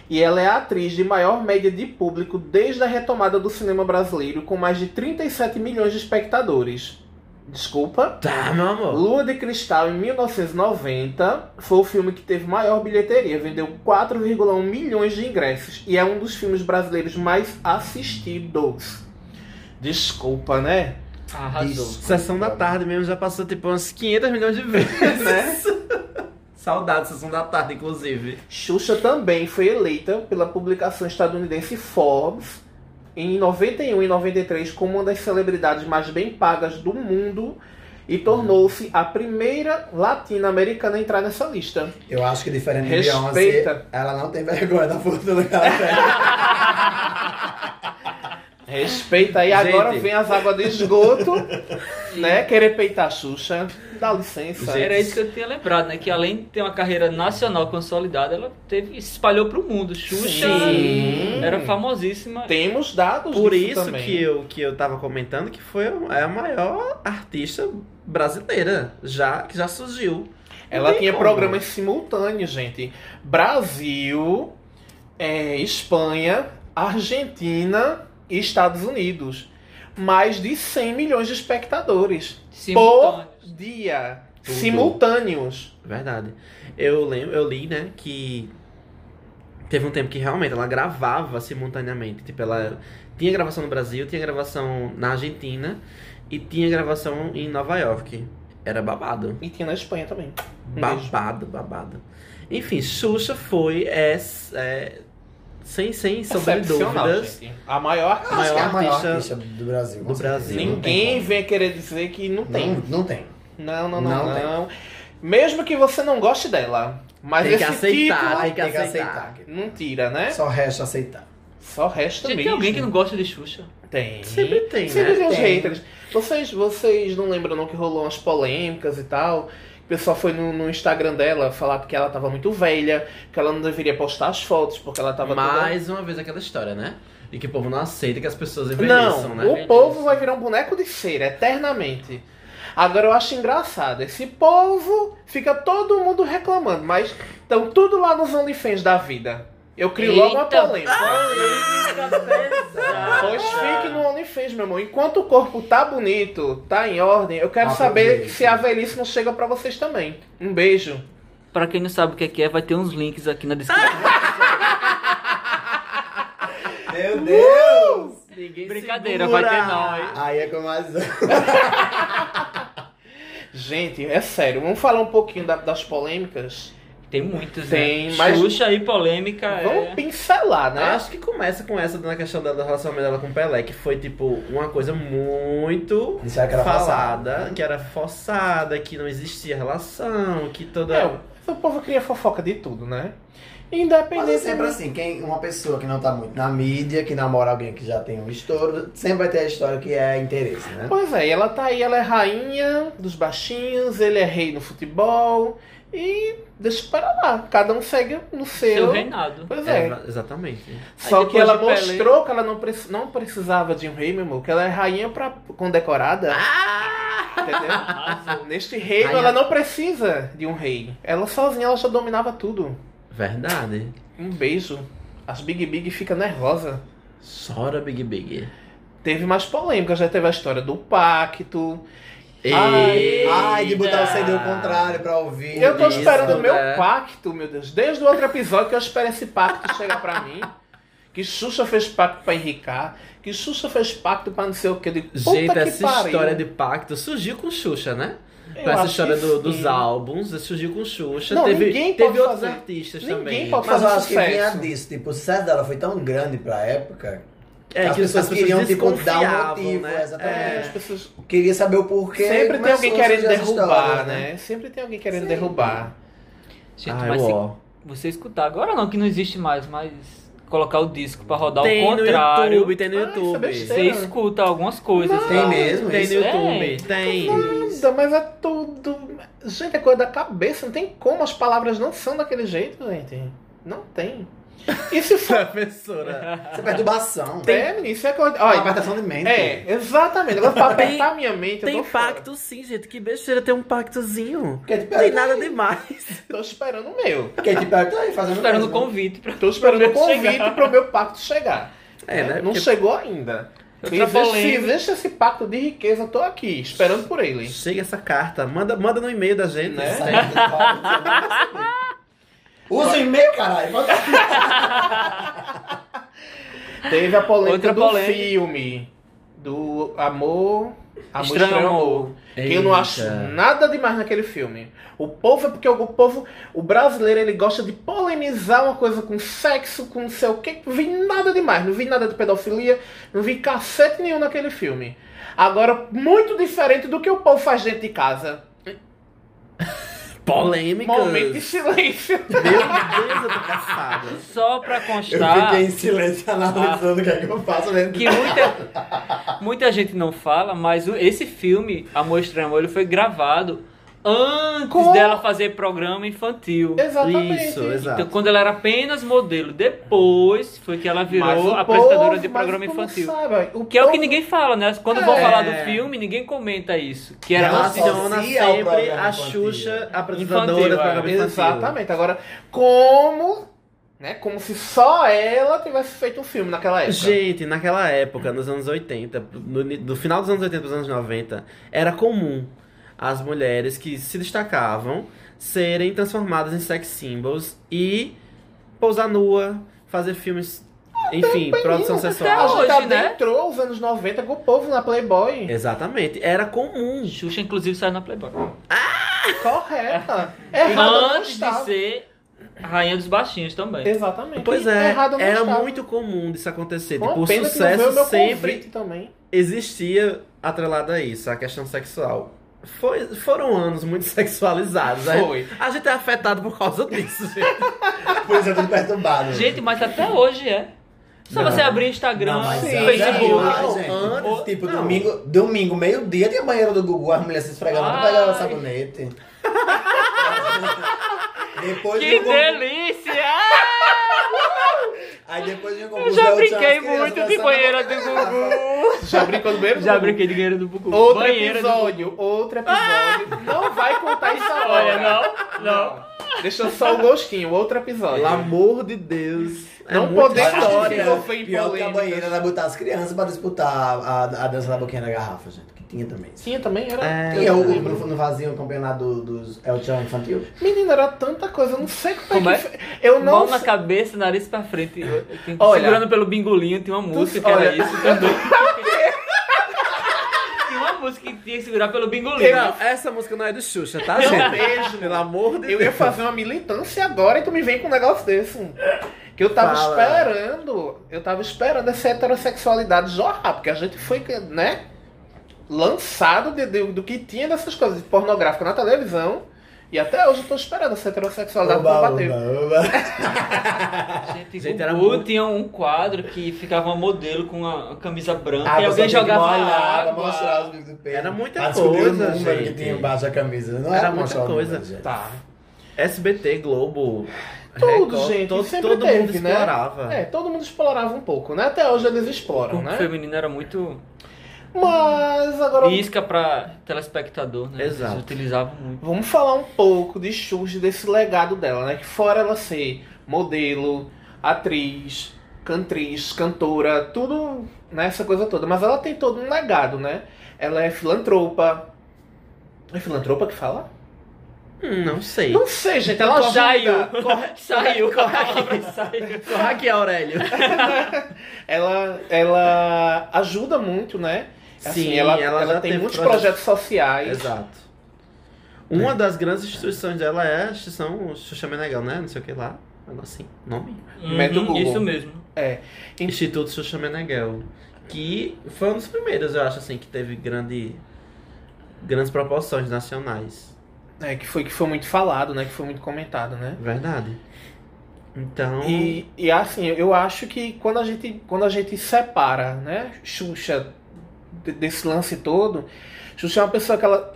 E ela é a atriz de maior média de público desde a retomada do cinema brasileiro, com mais de 37 milhões de espectadores. Desculpa. Tá, meu amor. Lua de Cristal, em 1990, foi o filme que teve maior bilheteria, vendeu 4,1 milhões de ingressos e é um dos filmes brasileiros mais assistidos. Desculpa, né? Arrasou. Isso. Sessão da tarde mesmo já passou tipo umas 500 milhões de vezes. né? Saudade, sessão da tarde, inclusive. Xuxa também foi eleita pela publicação estadunidense Forbes em 91 e 93 como uma das celebridades mais bem pagas do mundo e tornou-se a primeira latina-americana a entrar nessa lista. Eu acho que diferente de Beyoncé, Respeita. ela não tem vergonha da fortuna que ela tem. Respeita aí, agora Gente. vem as águas de esgoto, né? Querer peitar a Xuxa, dá licença. Gente. Era isso que eu tinha lembrado, né? Que além de ter uma carreira nacional consolidada, ela teve, se espalhou pro mundo. Xuxa Sim. era famosíssima. Temos dados Por disso isso também. que eu, que eu tava comentando que foi a é a maior artista brasileira já, que já surgiu. Ela Não tem tinha como. programas simultâneos, gente. Brasil, é, Espanha, Argentina e Estados Unidos. Mais de 100 milhões de espectadores Simultâneos. por dia. Tudo. Simultâneos. Verdade. Eu lembro, eu li, né, que teve um tempo que realmente ela gravava simultaneamente. Tipo, ela tinha gravação no Brasil, tinha gravação na Argentina e tinha gravação em Nova York. Era babado. E tinha na Espanha também. beijo. Babado, babado. Enfim, Xuxa foi essa. É, sem, sem sobre Excepcional, dúvidas. gente. A maior. Acho que é a maior artista artista do Brasil. com do certeza. Brasil. Não Ninguém tem vem querer dizer que não como. tem. Não, não tem. Não, não, não, não. né? Não tem. Mesmo que você não goste dela. Mas Tem que esse aceitar, título tem que Tem que aceitar. aceitar. não tira, né? É? Só resta aceitar. Só resta Gente, mesmo. tem alguém que não gosta de Xuxa? Tem. Sempre tem, Sempre né? tem os Tem. haters. Vocês, vocês não lembram não que rolou umas polêmicas e tal? O pessoal foi no, no Instagram dela falar que ela tava muito velha, que ela não deveria postar as fotos porque ela tava toda... Mais uma vez aquela história, né? E que o povo não aceita que as pessoas envelheçam, Não, né? o povo vai virar um boneco de cera eternamente. Agora eu acho engraçado, esse povo fica todo mundo reclamando, mas estão tudo lá nos OnlyFans da vida. Eu crio logo uma Eita. polêmica. Pois Pois fique no OnlyFans, meu amor. Enquanto o corpo tá bonito, tá em ordem, eu quero saber Aproveite. se a velhice não chega pra vocês também. Um beijo. Pra quem não sabe o que é que é, vai ter uns links aqui na descrição. Meu Deus! Ninguém Brincadeira, segura. vai ter não, hein? Uh! Aí é com mais um. Gente, é sério. Vamos falar um pouquinho da- das polêmicas? Tem muitos, Tem, né? mas- Xuxa e polêmica Vamos é... pincelar, né? Acho que começa com essa na questão da da relação dela com o Pelé, que foi tipo uma coisa muito Disseram é que era falada, que era forçada, que não existia relação, que toda. É, o povo cria fofoca de tudo, né? Independente... Mas é sempre assim, quem, uma pessoa que não tá muito na mídia, que namora alguém que já tem um estouro, sempre vai ter a história que é interesse, né? Pois é, e ela tá aí, ela é rainha dos baixinhos, ele é rei no futebol. E deixa para lá. Cada um segue no seu. seu reinado. Pois é. É, exa- exatamente. Só Aí que depois ela de Pelé- mostrou que ela não, preci- não precisava de um rei, meu amor, que ela é rainha pra... condecorada. Entendeu? Neste reino Rainha. ela não precisa de um rei. Ela sozinha ela já dominava tudo. Verdade. Um beijo. As Big Big fica nervosa. Chora Big Big. Teve mais polêmicas, já teve a história do pacto. Eita. Ai, de botar o CD ao contrário pra ouvir. Eu tô Isso, esperando o meu né? pacto, meu Deus. Desde o outro episódio que eu espero esse pacto chegar pra mim. Que Xuxa fez pacto pra enricar. Que Xuxa fez pacto pra não sei o que. De puta Gente, que essa pariu. história de pacto surgiu com Xuxa, né? Eu Com essa acho história que do- sim. dos álbuns, surgiu com Xuxa. Não, teve ninguém teve pode outros fazer. artistas Ninguém também. pode Mas eu acho que Sucesso. vinha disso, tipo, o sucesso dela foi tão grande pra época, É, as que pessoas queriam, tipo, dar um desconfiavam, motivo, né? exatamente. É, É. as pessoas- queria saber o porquê. Sempre tem começou alguém a querendo surgir as derrubar, histórias, né? Sempre tem alguém querendo Sempre. derrubar. Gente, Ah, Ai, mas se uó. você escutar agora não, que não existe mais, mas colocar o disco pra rodar Tem ao no contrário, YouTube, tem no Ah, isso é YouTube. besteira. você escuta algumas coisas. Não. tá? Tem mesmo Tem isso? no YouTube, tem. Nada, mas é tudo. Gente, é coisa da cabeça. Não tem como. As palavras não são daquele jeito, gente. Não tem. E se for. Professora. Isso é perturbação. É, menino, isso é coisa. Olha, Olha, libertação de mente. é, exatamente. Agora pra Tem- apertar minha mente, eu Tem tô fora. pacto sim, gente. Que besteira tem um pactozinho. Porque tipo, Não tem nada demais. Tô esperando o meu. Porque tipo, ela tá aí fazendo. Esperando o o convite pra Tô esperando o meu convite chegar. pro meu pacto chegar. É, né? Não Porque- chegou ainda. Existe, Existe, existe esse pacto de riqueza, tô aqui, esperando por ele. Chega essa carta, manda, manda no e-mail da gente. Né? Isso aí. Saindo do palco, eu não percebi. Usa o e-mail, caralho. Bota- Teve a polêmica Outra do polêmica. filme. Do Amor. Amor Estranho Estranho, Amor. Amor. Que eu não acho Eita. nada demais naquele filme. O povo é porque o povo. O brasileiro ele gosta de polemizar uma coisa com sexo, com não sei o que. Não vi nada demais. Não vi nada de pedofilia. Não vi cacete nenhum naquele filme. Agora, muito diferente do que o povo faz dentro de casa. Polêmicas. Momento de silêncio. Meu Deus, eu tô cansado. Só pra Eu Tá. constar fiquei em silêncio analisando o que é que eu faço dentro que muita, muita gente não fala, mas o- esse filme, Amor Estranho Amor, ele foi gravado antes Com- dela fazer programa infantil. Exatamente. Isso, exato. Então, quando ela era apenas modelo, depois foi que ela virou Mas o apresentadora povo- de mas programa o povo infantil. sabe, Que é o que povo- ninguém fala, né? Quando vão É. falar do filme, ninguém comenta isso. Que era Ela Ela antes de- um associa dona ao assim, sempre programa a infantil. Xuxa apresentadora do Infantil, programa é. infantil. Exatamente. Agora, como. Né, como se só ela tivesse feito um filme naquela época. Gente, naquela época, nos anos 80, no, ni- do final dos anos 80 para os anos 90, era comum as mulheres que se destacavam serem transformadas em sex symbols e pousar nua, fazer filmes, enfim, produção a sexual. hoje, gente tá né? adentrou os anos 90 com o povo na Playboy. Exatamente, era comum. Xuxa, inclusive, saiu na Playboy. É. Correta. Errado não antes de estava. ser a Rainha dos Baixinhos também. Exatamente. Pois é, Errado não era estava. muito comum disso acontecer. Uma Tipo, o pena que não veio o sucesso meu sempre convite também. existia atrelado a isso, a questão sexual. Foi- foram anos muito sexualizados. A- Foi. A gente é afetado por causa disso, gente. Pois eu tô perturbado. Gente, mas até hoje é. Só Não. você abrir Instagram, Não, mas é Sim, antes Facebook. era igual, gente. Antes- Ou- tipo, não. domingo, domingo, meio-dia, tinha banheiro do Gugu, as mulheres se esfregavam, não Ai. pegava sabonete. depois um Que do Gugu- delícia! Aí depois um do Gugu, Eu já Zé, brinquei tinha umas crianças muito de dançando. banheira do Gugu. Já brincou do mesmo? Já brinquei de banheira do Gugu. Outro banheira episódio, outro episódio. Não vai contar isso Do... Olha, agora. não, não. Deixa só o gostinho, outro episódio. Pelo amor de Deus. Não muita podemos Acho que história. dizer. pior- Foi em Pior que a polêmicas. banheira era botar as crianças pra disputar a, a dança da boquinha da garrafa, gente. Que tinha também. Sim, também era. É. Tinha o o Bruno fazia o um campeonato dos El Chan infantil. Menina, era tanta coisa, eu não sei como, Como é é? que. fe- Eu não Mão na sei- cabeça, nariz pra frente. Eu- eu tenho- Olha. segurando pelo bingolinho, tinha uma música que olha. era isso também. tinha uma música que tinha que segurar pelo bingolinho. Não, essa música não é do Xuxa, tá, Não gente? mesmo. Pelo amor de Eu ia Deus. fazer uma militância agora e tu me vem com um negócio desse. Que eu tava Fala. esperando. Eu tava esperando essa heterossexualidade jorrar, porque a gente foi, né? Lançado de- de- do que tinha dessas coisas de pornográfico na televisão. E até hoje eu tô esperando essa heterossexualidade Oba, combater. oba, oba. Gente, Gente, era era muito- tinha um quadro que ficava uma modelo com a camisa branca Ah, e alguém jogava água. mostrar os bicos do peito. Era muita Ah, descobriram coisa, o número gente. que tinha embaixo da camisa. Não Era era, muita mostrar o coisa. número, gente. Tá. SBT, Globo. Tudo, Record, gente. Todo, sempre todo teve, mundo né? explorava. É, todo mundo explorava um pouco, né? Até hoje eles O exploram, corpo né? feminino era muito Mas agora isca pra telespectador, né? Exato. Eles utilizavam muito. Vamos falar um pouco de Xuxa, desse legado dela, né? Que fora ela ser modelo, atriz, cantriz, cantora, tudo nessa coisa toda. Mas ela tem todo um legado, né? Ela é filantropa. É filantropa que fala? Hum, não sei. Não sei, gente. Ela Então, saiu, ajuda. corre- saiu, a palavra saiu. Aqui, Aurélio. É Ela, ela ajuda muito, né? Sim, ela, ela já tem teve muitos projetos- projetos sociais. Exato. Uma das grandes instituições dela é a instituição Xuxa Meneghel, né? Não sei o que lá. Assim, nome. Mete o Uhum, Google. isso mesmo. Instituto Xuxa Meneghel, que foi um dos primeiros, eu acho, assim, que teve grande, grandes proporções nacionais. né? Que foi que foi muito falado, né? Que foi muito comentado, né? É Verdade. Então, E, e, assim, eu acho que quando a gente, quando a gente separa, né, Xuxa de- desse lance todo, Xuxa é uma pessoa que ela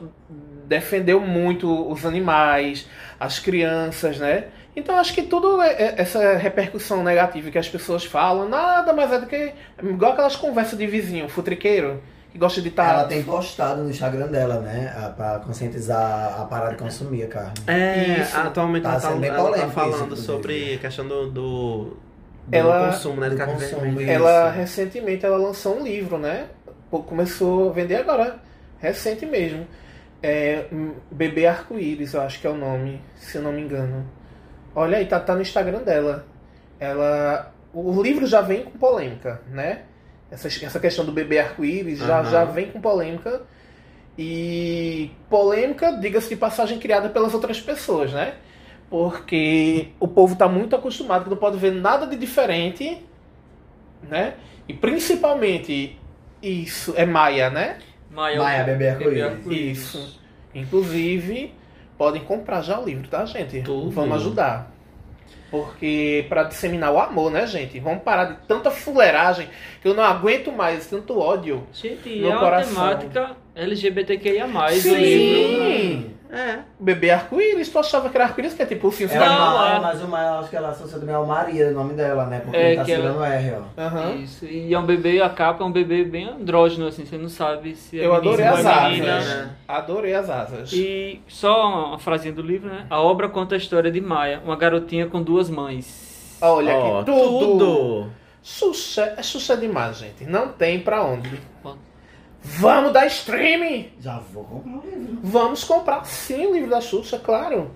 defendeu muito os animais, as crianças, né? Então acho que tudo é- é- essa repercussão negativa que as pessoas falam, nada mais é do que igual aquelas conversas de vizinho, futriqueiro, que gosta de tá estar Ela tem postado no Instagram dela, né? a- Pra conscientizar a parada de consumir a carne. é, isso atualmente tá ela tá, sendo bem ela tá polêmico isso, falando inclusive. sobre a questão do, do, do Ela- consumo, né? De do café consumo, vermelho. isso. Ela recentemente ela lançou um livro, né? Pô, Começou a vender agora, recente mesmo. É, hum, Bebê Arco-Íris, eu acho que é o nome, se eu não me engano. Olha aí, tá, tá no Instagram dela. Ela, o livro já vem com polêmica, né? Essa, essa questão do bebê arco-íris já, Aham. já vem com polêmica. E polêmica, diga-se de passagem, criada pelas outras pessoas, né? Porque o povo tá muito acostumado que não pode ver nada de diferente, né? E principalmente isso é Maia, né? Maia, Maia, bebê arco-íris. Isso. Inclusive, podem comprar já o livro, tá, gente? Tudo. Vamos ajudar. Porque para disseminar o amor, né, gente? Vamos parar de tanta fuleiragem que eu não aguento mais, tanto ódio. Gente, No é uma coração. temática LGBTQIA+, o Sim. livro. É. Bebê arco-íris, tu achava que era arco-íris, que é tipo o fim É Não, uma, é. Maia, mas o Maia, acho que ela associa também ao Maria, o nome dela, né? Porque É, ele tá que ela- segurando o R, ó. Aham. Isso, e é um bebê, a capa é um bebê bem andrógeno, assim, você não sabe se é Eu menino adorei ou é as menina. asas. né? Adorei as asas. E só uma frasinha do livro, né? A obra conta a história de Maia, uma garotinha com duas mães. Olha Ó, que tudo. tudo. Sucesso, é sucesso demais, gente. Não tem pra onde. Bom. Vamos dar streaming! Já vou comprar o livro. Vamos comprar sim o livro da Xuxa, claro.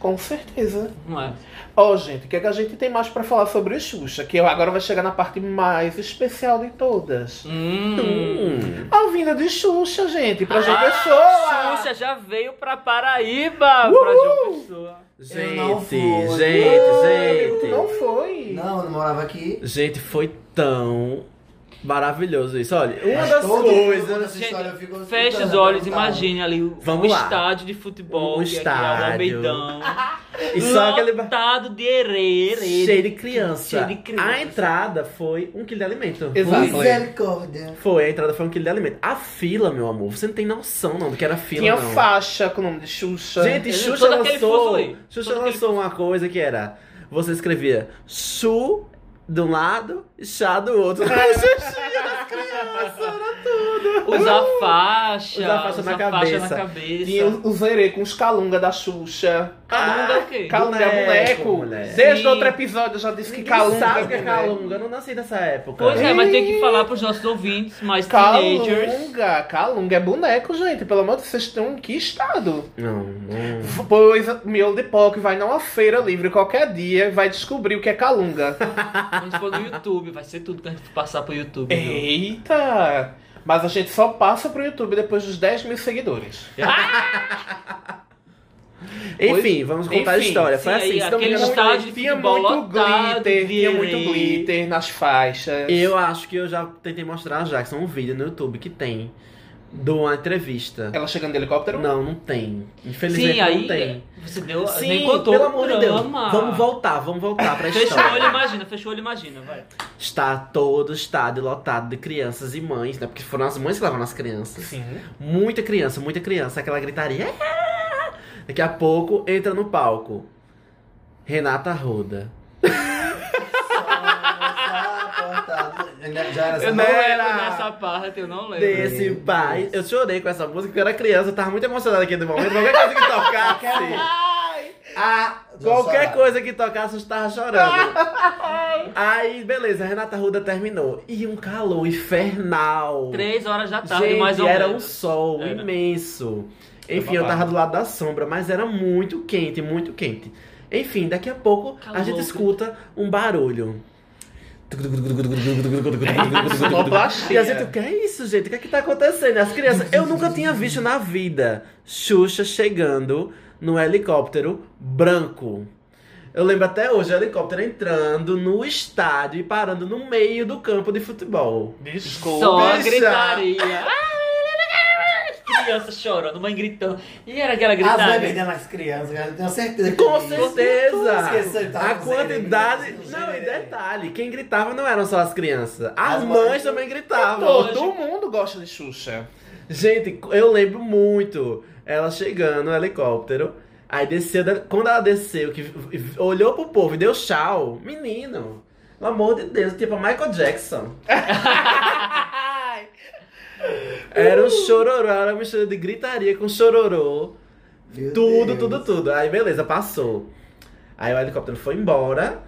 Com certeza. Não é? Ó, gente, o que, é que a gente tem mais pra falar sobre o Xuxa? Que agora vai chegar na parte mais especial de todas. Hum. Hum. A vinda de Xuxa, gente, pra João Ah, Pessoa! Xuxa já veio pra Paraíba, pra João Pessoa. Gente, não fui. gente, Tu gente. Não foi. Não, eu não morava aqui. Gente, foi tão maravilhoso isso. Olha, uma Mas das todo mundo coisas. conta essa Gente, história, eu fico Feche os escutando, tá olhos, eu não tava. imagine ali o Então, Vamos lá. estádio de futebol, Um que é estádio. aquele Almeidão, E só aquele. ba- lotado de herê, herê. Cheio de criança. Cheio de criança. A entrada foi um quilo de alimento. Exato. Misericórdia. Foi, a entrada foi um quilo de alimento. A fila, meu amor, você não tem noção não do que era fila, Tinha não. faixa com o nome de Xuxa. Gente, Ele- Xuxa todo aquele fuso lançou, aí. Xuxa Todo aquele lançou uma coisa que era... Você escrevia Chu de um lado e chá do outro. É. Usar faixa, Usar faixa na na cabeça. cabeça. tinha o zerê com os calunga da Xuxa. Calunga é o quê? Calunga é Boneco, boneco. mulher. Desde Sim. outro episódio eu já disse que Ninguém calunga. sabe o que é boneco. calunga, eu não nasci nessa época. Pois é, mas tem que falar pros nossos ouvintes, mais teenagers. Calunga, calunga é boneco, gente. Pelo amor de Deus, vocês estão em que estado? Não, não. Pois miolo de pó que vai numa feira livre qualquer dia e vai descobrir o que é calunga. Quando for no YouTube, vai ser tudo que a gente passar pro YouTube. É. viu? Eita! Mas a gente só passa pro YouTube depois dos 10 mil seguidores. Enfim, vamos contar a Enfim, história. Foi sim, assim, aí, se não me aquele engano, estádio de Então, tinha futebol muito lotado, glitter, tinha de muito erê. glitter nas faixas. Eu acho que eu já tentei mostrar a Jackson um vídeo no YouTube que tem de uma entrevista. Ela chegando de helicóptero? Não, não tem. Infelizmente Sim, aí não tem. você deu, Sim, nem contou pelo o amor de Deus. drama. Vamos voltar, vamos voltar pra Fecha o olho, história. imagina, fecha o olho, imagina, vai. Está todo o estádio lotado de crianças e mães, né? Porque foram as mães que levaram as crianças. Sim. Muita criança, muita criança. Aquela gritaria. "Ah!" Daqui a pouco entra no palco. Renata Arruda. Já era Eu essa não Mera. lembro dessa parte, eu não lembro. Desse pai. Eu chorei com essa música, porque eu era criança, eu tava muito emocionada aqui no momento. Qualquer coisa que tocasse. Ah, qualquer coisa que tocasse, eu estava chorando. Aí, beleza, a Renata Ruda terminou. E um calor infernal. Três horas da tarde, Gente, mais ou era um menos. sol Era. imenso. Enfim, eu babado. tava do lado da sombra, mas era muito quente, muito quente. Enfim, daqui a pouco a Calor. gente escuta um barulho. E Sonoplastia. a gente, o que é isso, gente? O que é que tá acontecendo? As crianças, eu nunca tinha visto na vida Xuxa chegando num helicóptero branco. Eu lembro até hoje o helicóptero entrando no estádio e parando no meio do campo de futebol. Desculpa. Só a um Bicha. gritaria. Criança chorando, mãe gritando. E era aquela As gritaria. bebidas nas crianças, cara, eu tenho certeza. né? que é Com isso. esqueceu, certeza! tá A com quantidade. zero, zero, Não, e zero. detalhe, quem gritava não eram só as crianças. As As mães mães- também gritavam. Todo mundo gosta de Xuxa. Gente, eu lembro muito ela chegando no helicóptero. Aí desceu, da- quando ela desceu, que v- v- olhou pro povo e deu tchau, menino, pelo amor de Deus, tipo Michael Jackson. Era um chororô, era uma mistura de gritaria com chororô. Meu Tudo, Deus. tudo, tudo. Aí beleza, passou. Aí o helicóptero foi embora.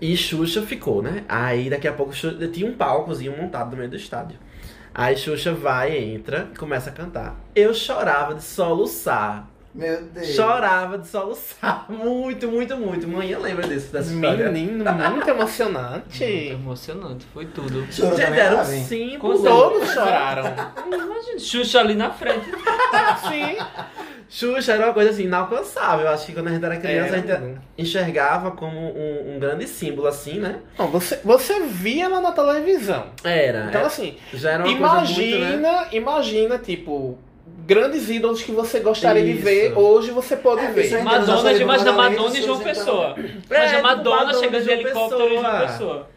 E Xuxa ficou, né? Aí daqui a pouco Xuxa- tinha um palcozinho montado no meio do estádio. Aí Xuxa vai, entra e começa a cantar. Eu chorava de soluçar. Meu Deus. Chorava de soluçar. Muito, muito, muito. Manhã lembra disso, dessa história. Menino, muito Muito emocionante. emocionante, foi tudo. Chorou Gente, também, era um Marvin? símbolo. assim? Todos choraram. Imagina, Xuxa ali na frente. Sim. Xuxa era uma coisa assim, inalcançável. Eu Acho que quando a gente era É. criança, a gente Era. enxergava como um, um grande símbolo, assim, né? Não, você, você via ela na televisão. Era. Então, era- assim, já É. era uma coisa muito, né? imagina, imagina, tipo, grandes ídolos que você gostaria de Isso. ver, hoje você pode É, isso ver. aí. Madonna, Nossa, imagina um Madonna, Madonna e João Xuxa, então. Pessoa. É, Imagina tipo, Madonna Madonna, chegando de João helicóptero e João Pessoa. Pessoa.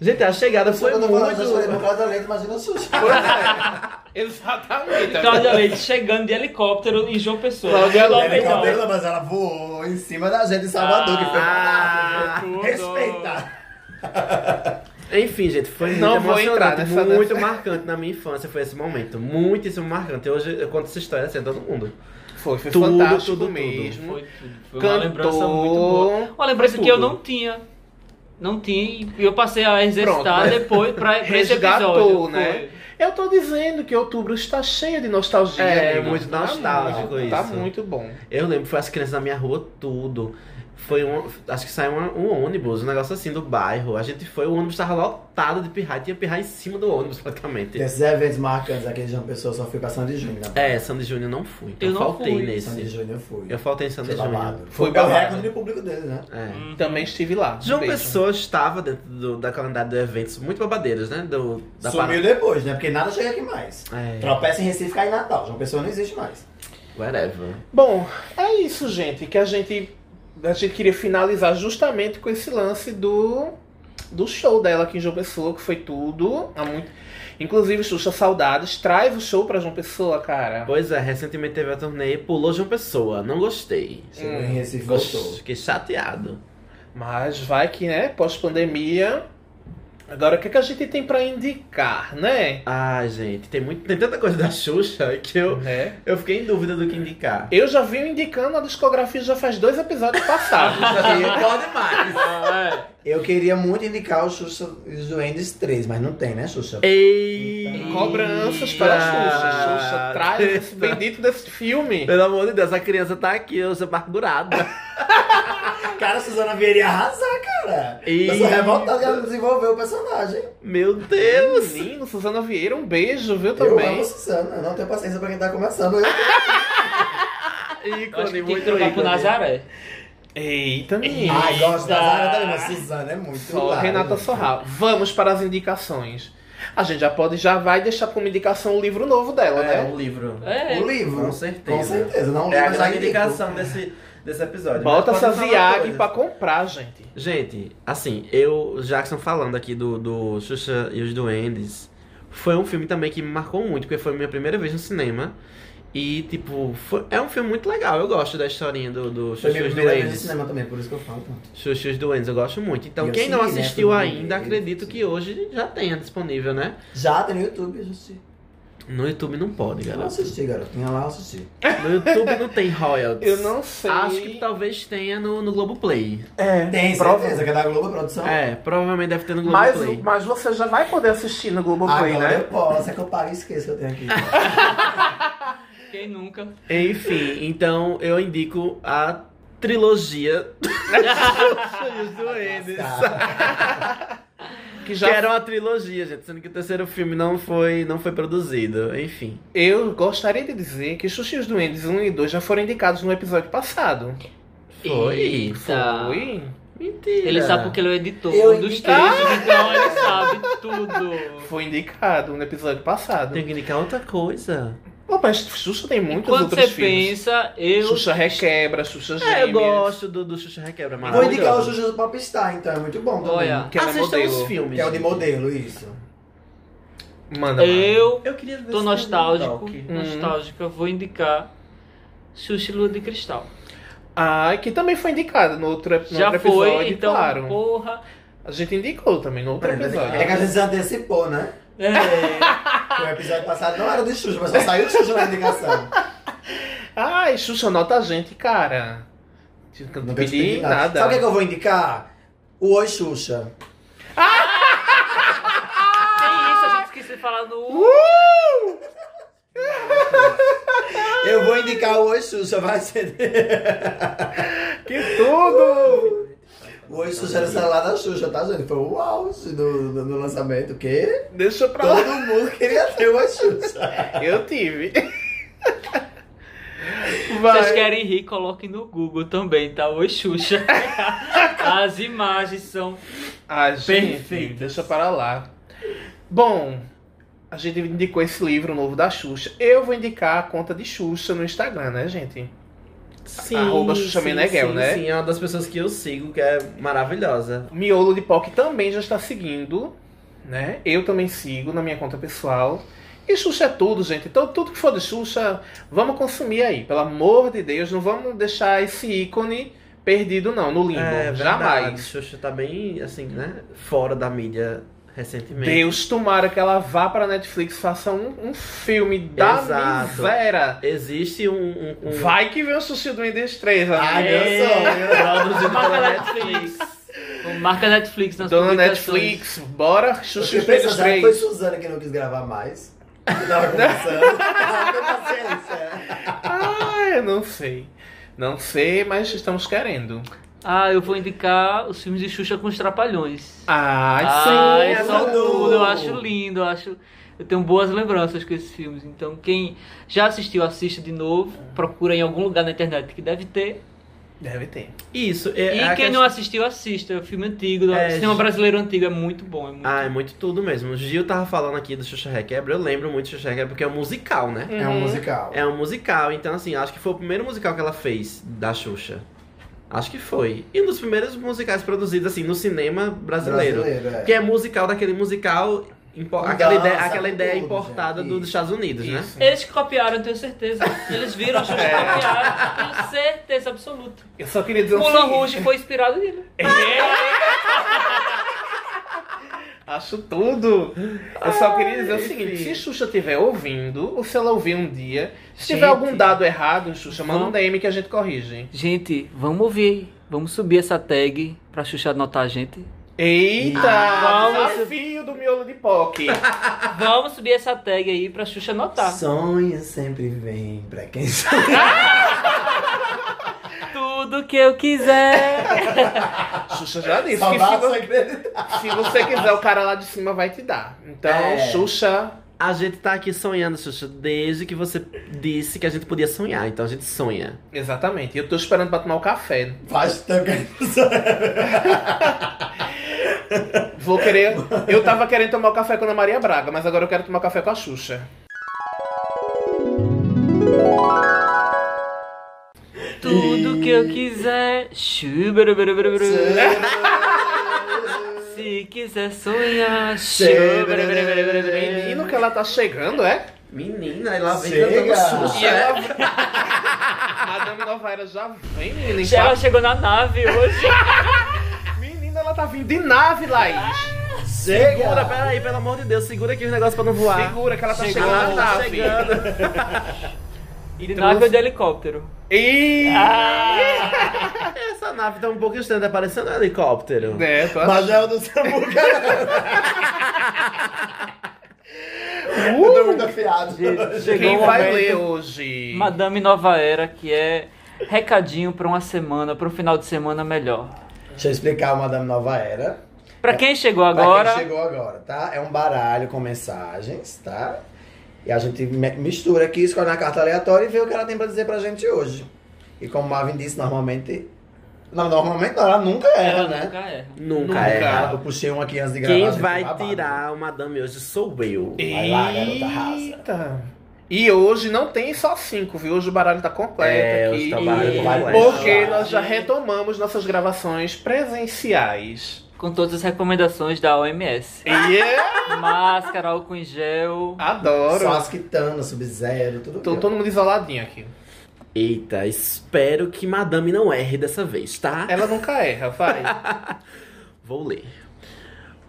Gente, a chegada Só foi quando eu falo essas coisas, meu muito. Cláudio Leite, imagina o susto. Pois é. Exatamente. Então, Cláudia Leite chegando de helicóptero e João Pessoa. Cláudia Logo Leite, em volta. Cabelo, mas ela voou em cima da gente em Salvador, que foi Ah, tudo. Respeita! Enfim, gente, foi muito Não vou entrar emocionante, nessa- muito marcante na minha infância foi esse momento, muitíssimo marcante. Hoje eu conto essa história assim, a todo mundo. Foi, foi Tudo, fantástico tudo, tudo. mesmo. Foi tudo. Foi uma lembrança muito boa. Cantou. Uma lembrança Foi que eu tudo. não tinha. Não tinha. E eu passei a exercitar Pronto, mas- depois pra, pra esse Resgatou, episódio. né? Eu tô dizendo que outubro está cheio de nostalgia. É, amigo. muito Tá nostálgico muito- Tá isso. muito bom. Eu lembro, foi as crianças na minha rua, tudo. Foi um. Acho que saiu um, um ônibus, um negócio assim do bairro. A gente foi, o ônibus tava lotado de pirraia, tinha pirraia em cima do ônibus praticamente. Esses eventos marcantes aqui de João Pessoa, só fui pra Sandy Júnior. né? É, Sandy Júnior não fui. Então Eu eu não faltei fui. Sandy nesse. Júnior eu fui. Eu faltei em Sandy Foi Júnior. babado. Foi Foi é o babado. recorde de público dele, né? É. Hum. Uhum. Também estive lá. João Beijo. Pessoa estava dentro do- da calendário de eventos muito babadeiros, né? Do, da Sumiu depois, né? Porque nada chega aqui mais. É. Tropeça em Recife, cai em Natal. João Pessoa não existe mais. Whatever. Bom, é isso, gente, que a gente a gente queria finalizar justamente com esse lance do do show dela aqui em João Pessoa, que foi tudo. Há muito... Inclusive, Xuxa Saudades traz o show pra João Pessoa, cara. Pois é, recentemente teve a turnê Pulou João Pessoa. Não gostei. Chegou Hum. em Recife, Gostou. voltou. Fiquei chateado. Mas vai que, né, pós-pandemia. Agora, o que, que a gente tem pra indicar, né? Ai, gente, tem, muito, tem tanta coisa da Xuxa que eu, Né? eu fiquei em dúvida do que indicar. Eu já vim indicando a discografia já faz dois episódios passados. né? Não pode mais. é. Ah, Eu queria muito indicar o Xuxa e os Duendes 3, mas não tem, né, Xuxa? Ei! Então, Cobranças para a Xuxa. Xuxa, traz esse bendito desse filme. Pelo amor de Deus, a criança tá aqui, eu sou amargurada. Cara, a Suzana Vieira ia arrasar, cara. Eu Ih. sou revoltado que ela desenvolveu o personagem. Meu Deus! Menino, Suzana Vieira, um beijo, viu Eu amo também. Suzana, eu não tenho paciência pra quem tá começando. Eu... eu acho que tem Ícone, que trocar muito pro né? ícone. Nazaré. Eita, menino. Ai, gosto da Zara também, mas Suzana é muito Só hilária, Renata gente. Sorral. Vamos para as indicações. A gente já pode, já vai deixar como indicação o livro novo dela, É né? um livro. É. O livro? Com certeza. Com certeza, não É a livro, mas grande indico. indicação desse, desse episódio. Bota Mas essa pode falar Ziag coisas. pra comprar, gente. Gente, assim, eu, Jackson falando aqui do, do Xuxa e os Duendes, foi um filme também que me marcou muito, porque foi a minha primeira vez no cinema. E, tipo, foi- é um filme muito legal. Eu gosto da historinha do, do Foi Xuxa e minha os primeira vez no Duendes. cinema também, por isso que eu falo tanto. Xuxa e os Duendes, eu gosto muito. Então, E eu quem não segui, né, assistiu todo mundo ainda, vê. acredito que hoje já tenha disponível, né? Já tem no YouTube, eu assisti. No YouTube não pode, Eu não galera. assisti, garotinha lá, eu assisti. No YouTube não tem royalties. Eu não sei. Acho que talvez tenha no, no Globoplay. Tem prova- certeza que é da Globo Produção? É, provavelmente deve ter no Mas, Globoplay. mas você já vai poder assistir no Globoplay, Agora né? eu posso, é que eu pago e esqueço que eu tenho aqui. Quem nunca? Enfim, então eu indico a trilogia dos Duendes. Tá. Que Que já era uma trilogia, gente, sendo que o terceiro filme não foi, não foi produzido. Enfim. Eu gostaria de dizer que Xuxa e os Duendes 1 e 2 já foram indicados no episódio passado. Foi. Eita. Foi? Mentira. Ele sabe porque ele é o editor Eu dos indiquei. três, então ele sabe tudo. Foi indicado no episódio passado. Tem que indicar outra coisa. Pô, mas Xuxa tem muitos Quando outros você filmes. pensa, eu. Xuxa Requebra, Xuxa Gêmeas. É, eu gosto do, do Xuxa Requebra, Vou maravilhoso. indicar o Juju do Popstar, então, é muito bom também. Olha, que ela é Assistam modelo. os filmes. Que é o de gente. modelo, isso. Manda lá. eu Eu queria ver tô esse nostálgico. filme Hum. no Doc. Nostálgico, eu vou indicar Xuxa e Lua de Cristal. Ah, que também foi indicado no outro, no Já outro foi, episódio, então, claro. porra. A gente indicou também no outro Pera, episódio. É que a gente se antecipou, né? É, Porque o episódio passado não era de Xuxa, mas só saiu o Xuxa na indicação. Ai, Xuxa, nota a gente, cara. Não Não tem que pedi pedir nada. Sabe o que, é que nada. eu vou indicar? O Oi Xuxa. Tem isso, a gente esqueceu de falar no. Eu vou indicar o Oi Xuxa, vai ser. é Que tudo! O Oi Xuxa era o celular da Xuxa, tá, gente? Foi o auge do, do, do lançamento, que Deixa pra lá. todo mundo queria ter o Oi Xuxa. Eu tive. Vocês Uh, Vai. querem rir, coloquem no Google também, tá? Oi, Xuxa. As imagens são. Ah, gente, Perfeitas. deixa para lá. Bom, a gente indicou esse livro novo da Xuxa. Eu vou indicar a conta de Xuxa no Instagram, né, gente? Sim, Arroba Xuxa Meneghel, sim, né? Sim, é uma das pessoas que eu sigo, que é maravilhosa. Miolo de Pó, que também já está seguindo, né? Eu também sigo na minha conta pessoal. E Xuxa é tudo, gente. Então, tudo que for de Xuxa, vamos consumir aí. Pelo amor de Deus, não vamos deixar esse ícone perdido, não, no limbo. É, verdade, Jamais. Xuxa tá bem, assim, né? Fora da mídia recentemente. Deus tomara que ela vá pra Netflix, faça um, um filme da Exato. miséria. Existe um. um, um Vai que vem o Sushi do Indestreza. Ai, né? meu sonho. É. produzido Marca pela Netflix. Marca Netflix nas Dona publicações. Netflix, bora, Xuxa Porque do pensando, ah, foi Indestreza. Suzana que não quis gravar mais. Que tava começando. Ela tem paciência. Ah, eu não sei. Não sei, mas estamos querendo. Ah, eu vou indicar os filmes de Xuxa com os Trapalhões. Ai, Ah, sim, é essa só não. tudo. Eu acho lindo, eu acho. Eu tenho boas lembranças com esses filmes. Então, quem já assistiu, assista de novo. Procura em algum lugar na internet que deve ter. Deve ter. Isso, E é. é a quem quest- não assistiu, assista. É um filme antigo. do É, cinema gente. brasileiro antigo é muito bom. É muito Ah, é muito tudo mesmo. O Gil tava falando aqui do Xuxa Requebra, eu lembro muito do Xuxa Requebra, porque é um musical, né? É um musical. É um musical, então assim, acho que foi o primeiro musical que ela fez da Xuxa. Acho que foi. E um dos primeiros musicais produzidos, assim, no cinema brasileiro. é. Que é musical daquele musical. impo- Com aquela dança, ideia, aquela com ideia tudo, importada gente. do- dos Estados Unidos, né? Isso. Eles que copiaram, eu tenho certeza. Eles viram, Xuxa É. copiaram. Tenho certeza absoluta. Eu só queria dizer o Mulan seguinte. Rouge foi inspirado nele. Acho tudo. Eu só queria dizer o enfim. seguinte: se Xuxa estiver ouvindo, ou se ela ouvir um dia, se Gente. tiver algum dado errado, Xuxa, manda um Vamos- DM que a gente corrige. Gente, vamos ouvir. Vamos subir essa tag pra Xuxa anotar a gente. Eita! Ah, Vamos. desafio do miolo de POC. Vamos subir essa tag aí pra Xuxa é- tá. anotar. Sonho sempre vem pra quem sabe. Tudo que eu quiser. Xuxa já disse Só que basta se, acreditar. vo- se você quiser, o cara lá de cima vai te dar. Então, É. Xuxa. A gente tá aqui sonhando, Xuxa, desde que você disse que a gente podia sonhar. Então a gente sonha. Exatamente. Eu tô esperando pra tomar o café. Faz tempo que a gente não sabe. Vou querer. Eu tava querendo tomar o café com a Ana Maria Braga, mas agora eu quero tomar o café com a Xuxa. Tudo que eu quiser. Xuberubirubirubirubir. Se quiser sonhar. Xuberubirubirubirubir. Menino que ela tá chegando, é? Menina, ela vem cantando Xuxa. E ela. A Dami Novaira já vem, menina. em Ela quatro- chegou na nave hoje. Menina, ela tá vindo de nave, Laís. Segura, peraí, pelo amor de Deus, segura aqui os negócios pra não voar. Segura que ela tá Chegou, chegando na Ah. tá nave. chegando. De nave ou de helicóptero? Ih! Essa nave tá um pouco estranha, tá parecendo um helicóptero. É, tô achando. Mas é o do Samuca. Eu tô muito Uh! afiado. Chegou Quem o vai momento. ler hoje? Madame Nova Era, que é recadinho pra uma semana, pra um final de semana melhor. Deixa eu explicar o Madame Nova Era. Pra quem chegou É. Pra agora, quem chegou agora, tá? É um baralho com mensagens, tá? E a gente me- mistura aqui, escolhe na carta aleatória e vê o que ela tem pra dizer pra gente hoje. E como o Marvin disse, normalmente. Não, normalmente não, ela nunca era, ela né? nunca é, erra. Nunca, Nunca. erra. Ela- Eu puxei uma aqui antes de gravar. Quem gente, é um vai babado. tirar o Madame hoje sou eu. Vai lá, garota, arrasa. Eita! E hoje não tem só cinco, viu? Hoje o baralho tá completo É, aqui. hoje tá baralho E- completo. Porque nós já retomamos nossas gravações presenciais. Com todas as recomendações da OMS. E eu Máscara, álcool em gel. adoro. Só assim. as quitanas, Sub-Zero, tudo Tô bem. todo mundo isoladinho aqui. Eita, espero que Madame não erre dessa vez, tá? Ela nunca erra, vai. Vou ler.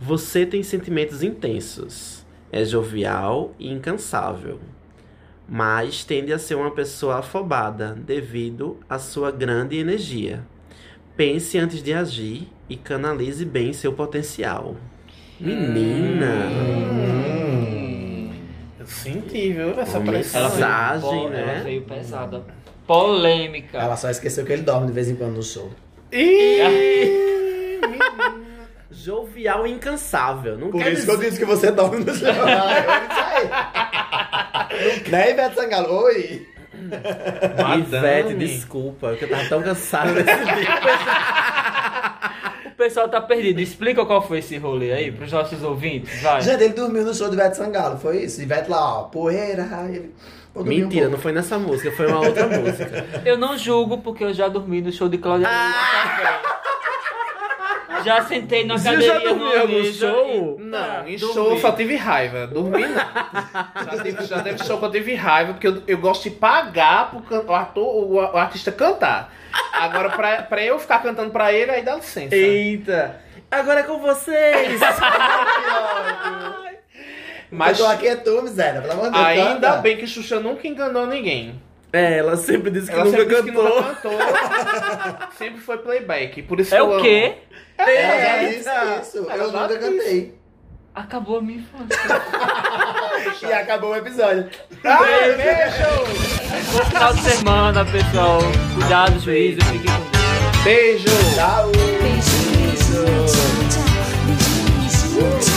Você tem sentimentos intensos, é jovial e incansável, mas tende a ser uma pessoa afobada devido à sua grande energia. Pense antes de agir e canalize bem seu potencial. Menina! Hum, Eu senti, viu? Essa Homem pressão. Ela veio, Mensagem, pô, né? ela veio pesada. Polêmica. Ela só esqueceu que ele dorme de vez em quando no show. Ih, menino. Jovial e incansável. Não Por quer isso que eu dizer... disse que você dorme no show. Ah, eu disse aí. Né, Ivete Sangalo? Oi! Ivete, Madame. desculpa, que eu tava tão cansado desse dia. O pessoal tá perdido. Explica qual foi esse rolê aí pros nossos ouvintes, vai. Gente, ele dormiu no show do Ivete Sangalo, foi isso? Ivete lá, ó, poeira. Ele... Vou dormir um Mentira, pouco. não foi nessa música, foi uma outra música. Eu não julgo porque eu já dormi no show de Cláudia Leite também. Ah! Já sentei na Gil já cadeirinha dormiu em algum Luísa show? e- Não, em Ah, dormi. show eu só tive raiva. Dormi não. Já teve, já teve show que eu tive raiva, porque eu, eu gosto de pagar pro can- o, ator, o, o artista cantar. Agora, pra, pra eu ficar cantando pra ele, aí dá licença. Eita! Agora é com vocês! Mas Mas eu tô aqui é tu, miséria, pelo amor de Deus. ainda canta. bem que Xuxa nunca enganou ninguém. É, ela sempre disse que Ela nunca sempre disse que cantou. nunca cantou. sempre foi playback. Por isso É que eu o amo. quê? Ela já disse Eita. É Tá isso, Ela eu já nunca disse. cantei. Acabou a minha infância. E acabou o episódio. Ai, beijo! Bom final de semana, pessoal. Cuidado, juízo. Fique com Deus. Beijo! Tchau! Beijinhos, tchau, tchau. Beijinhos, tchau.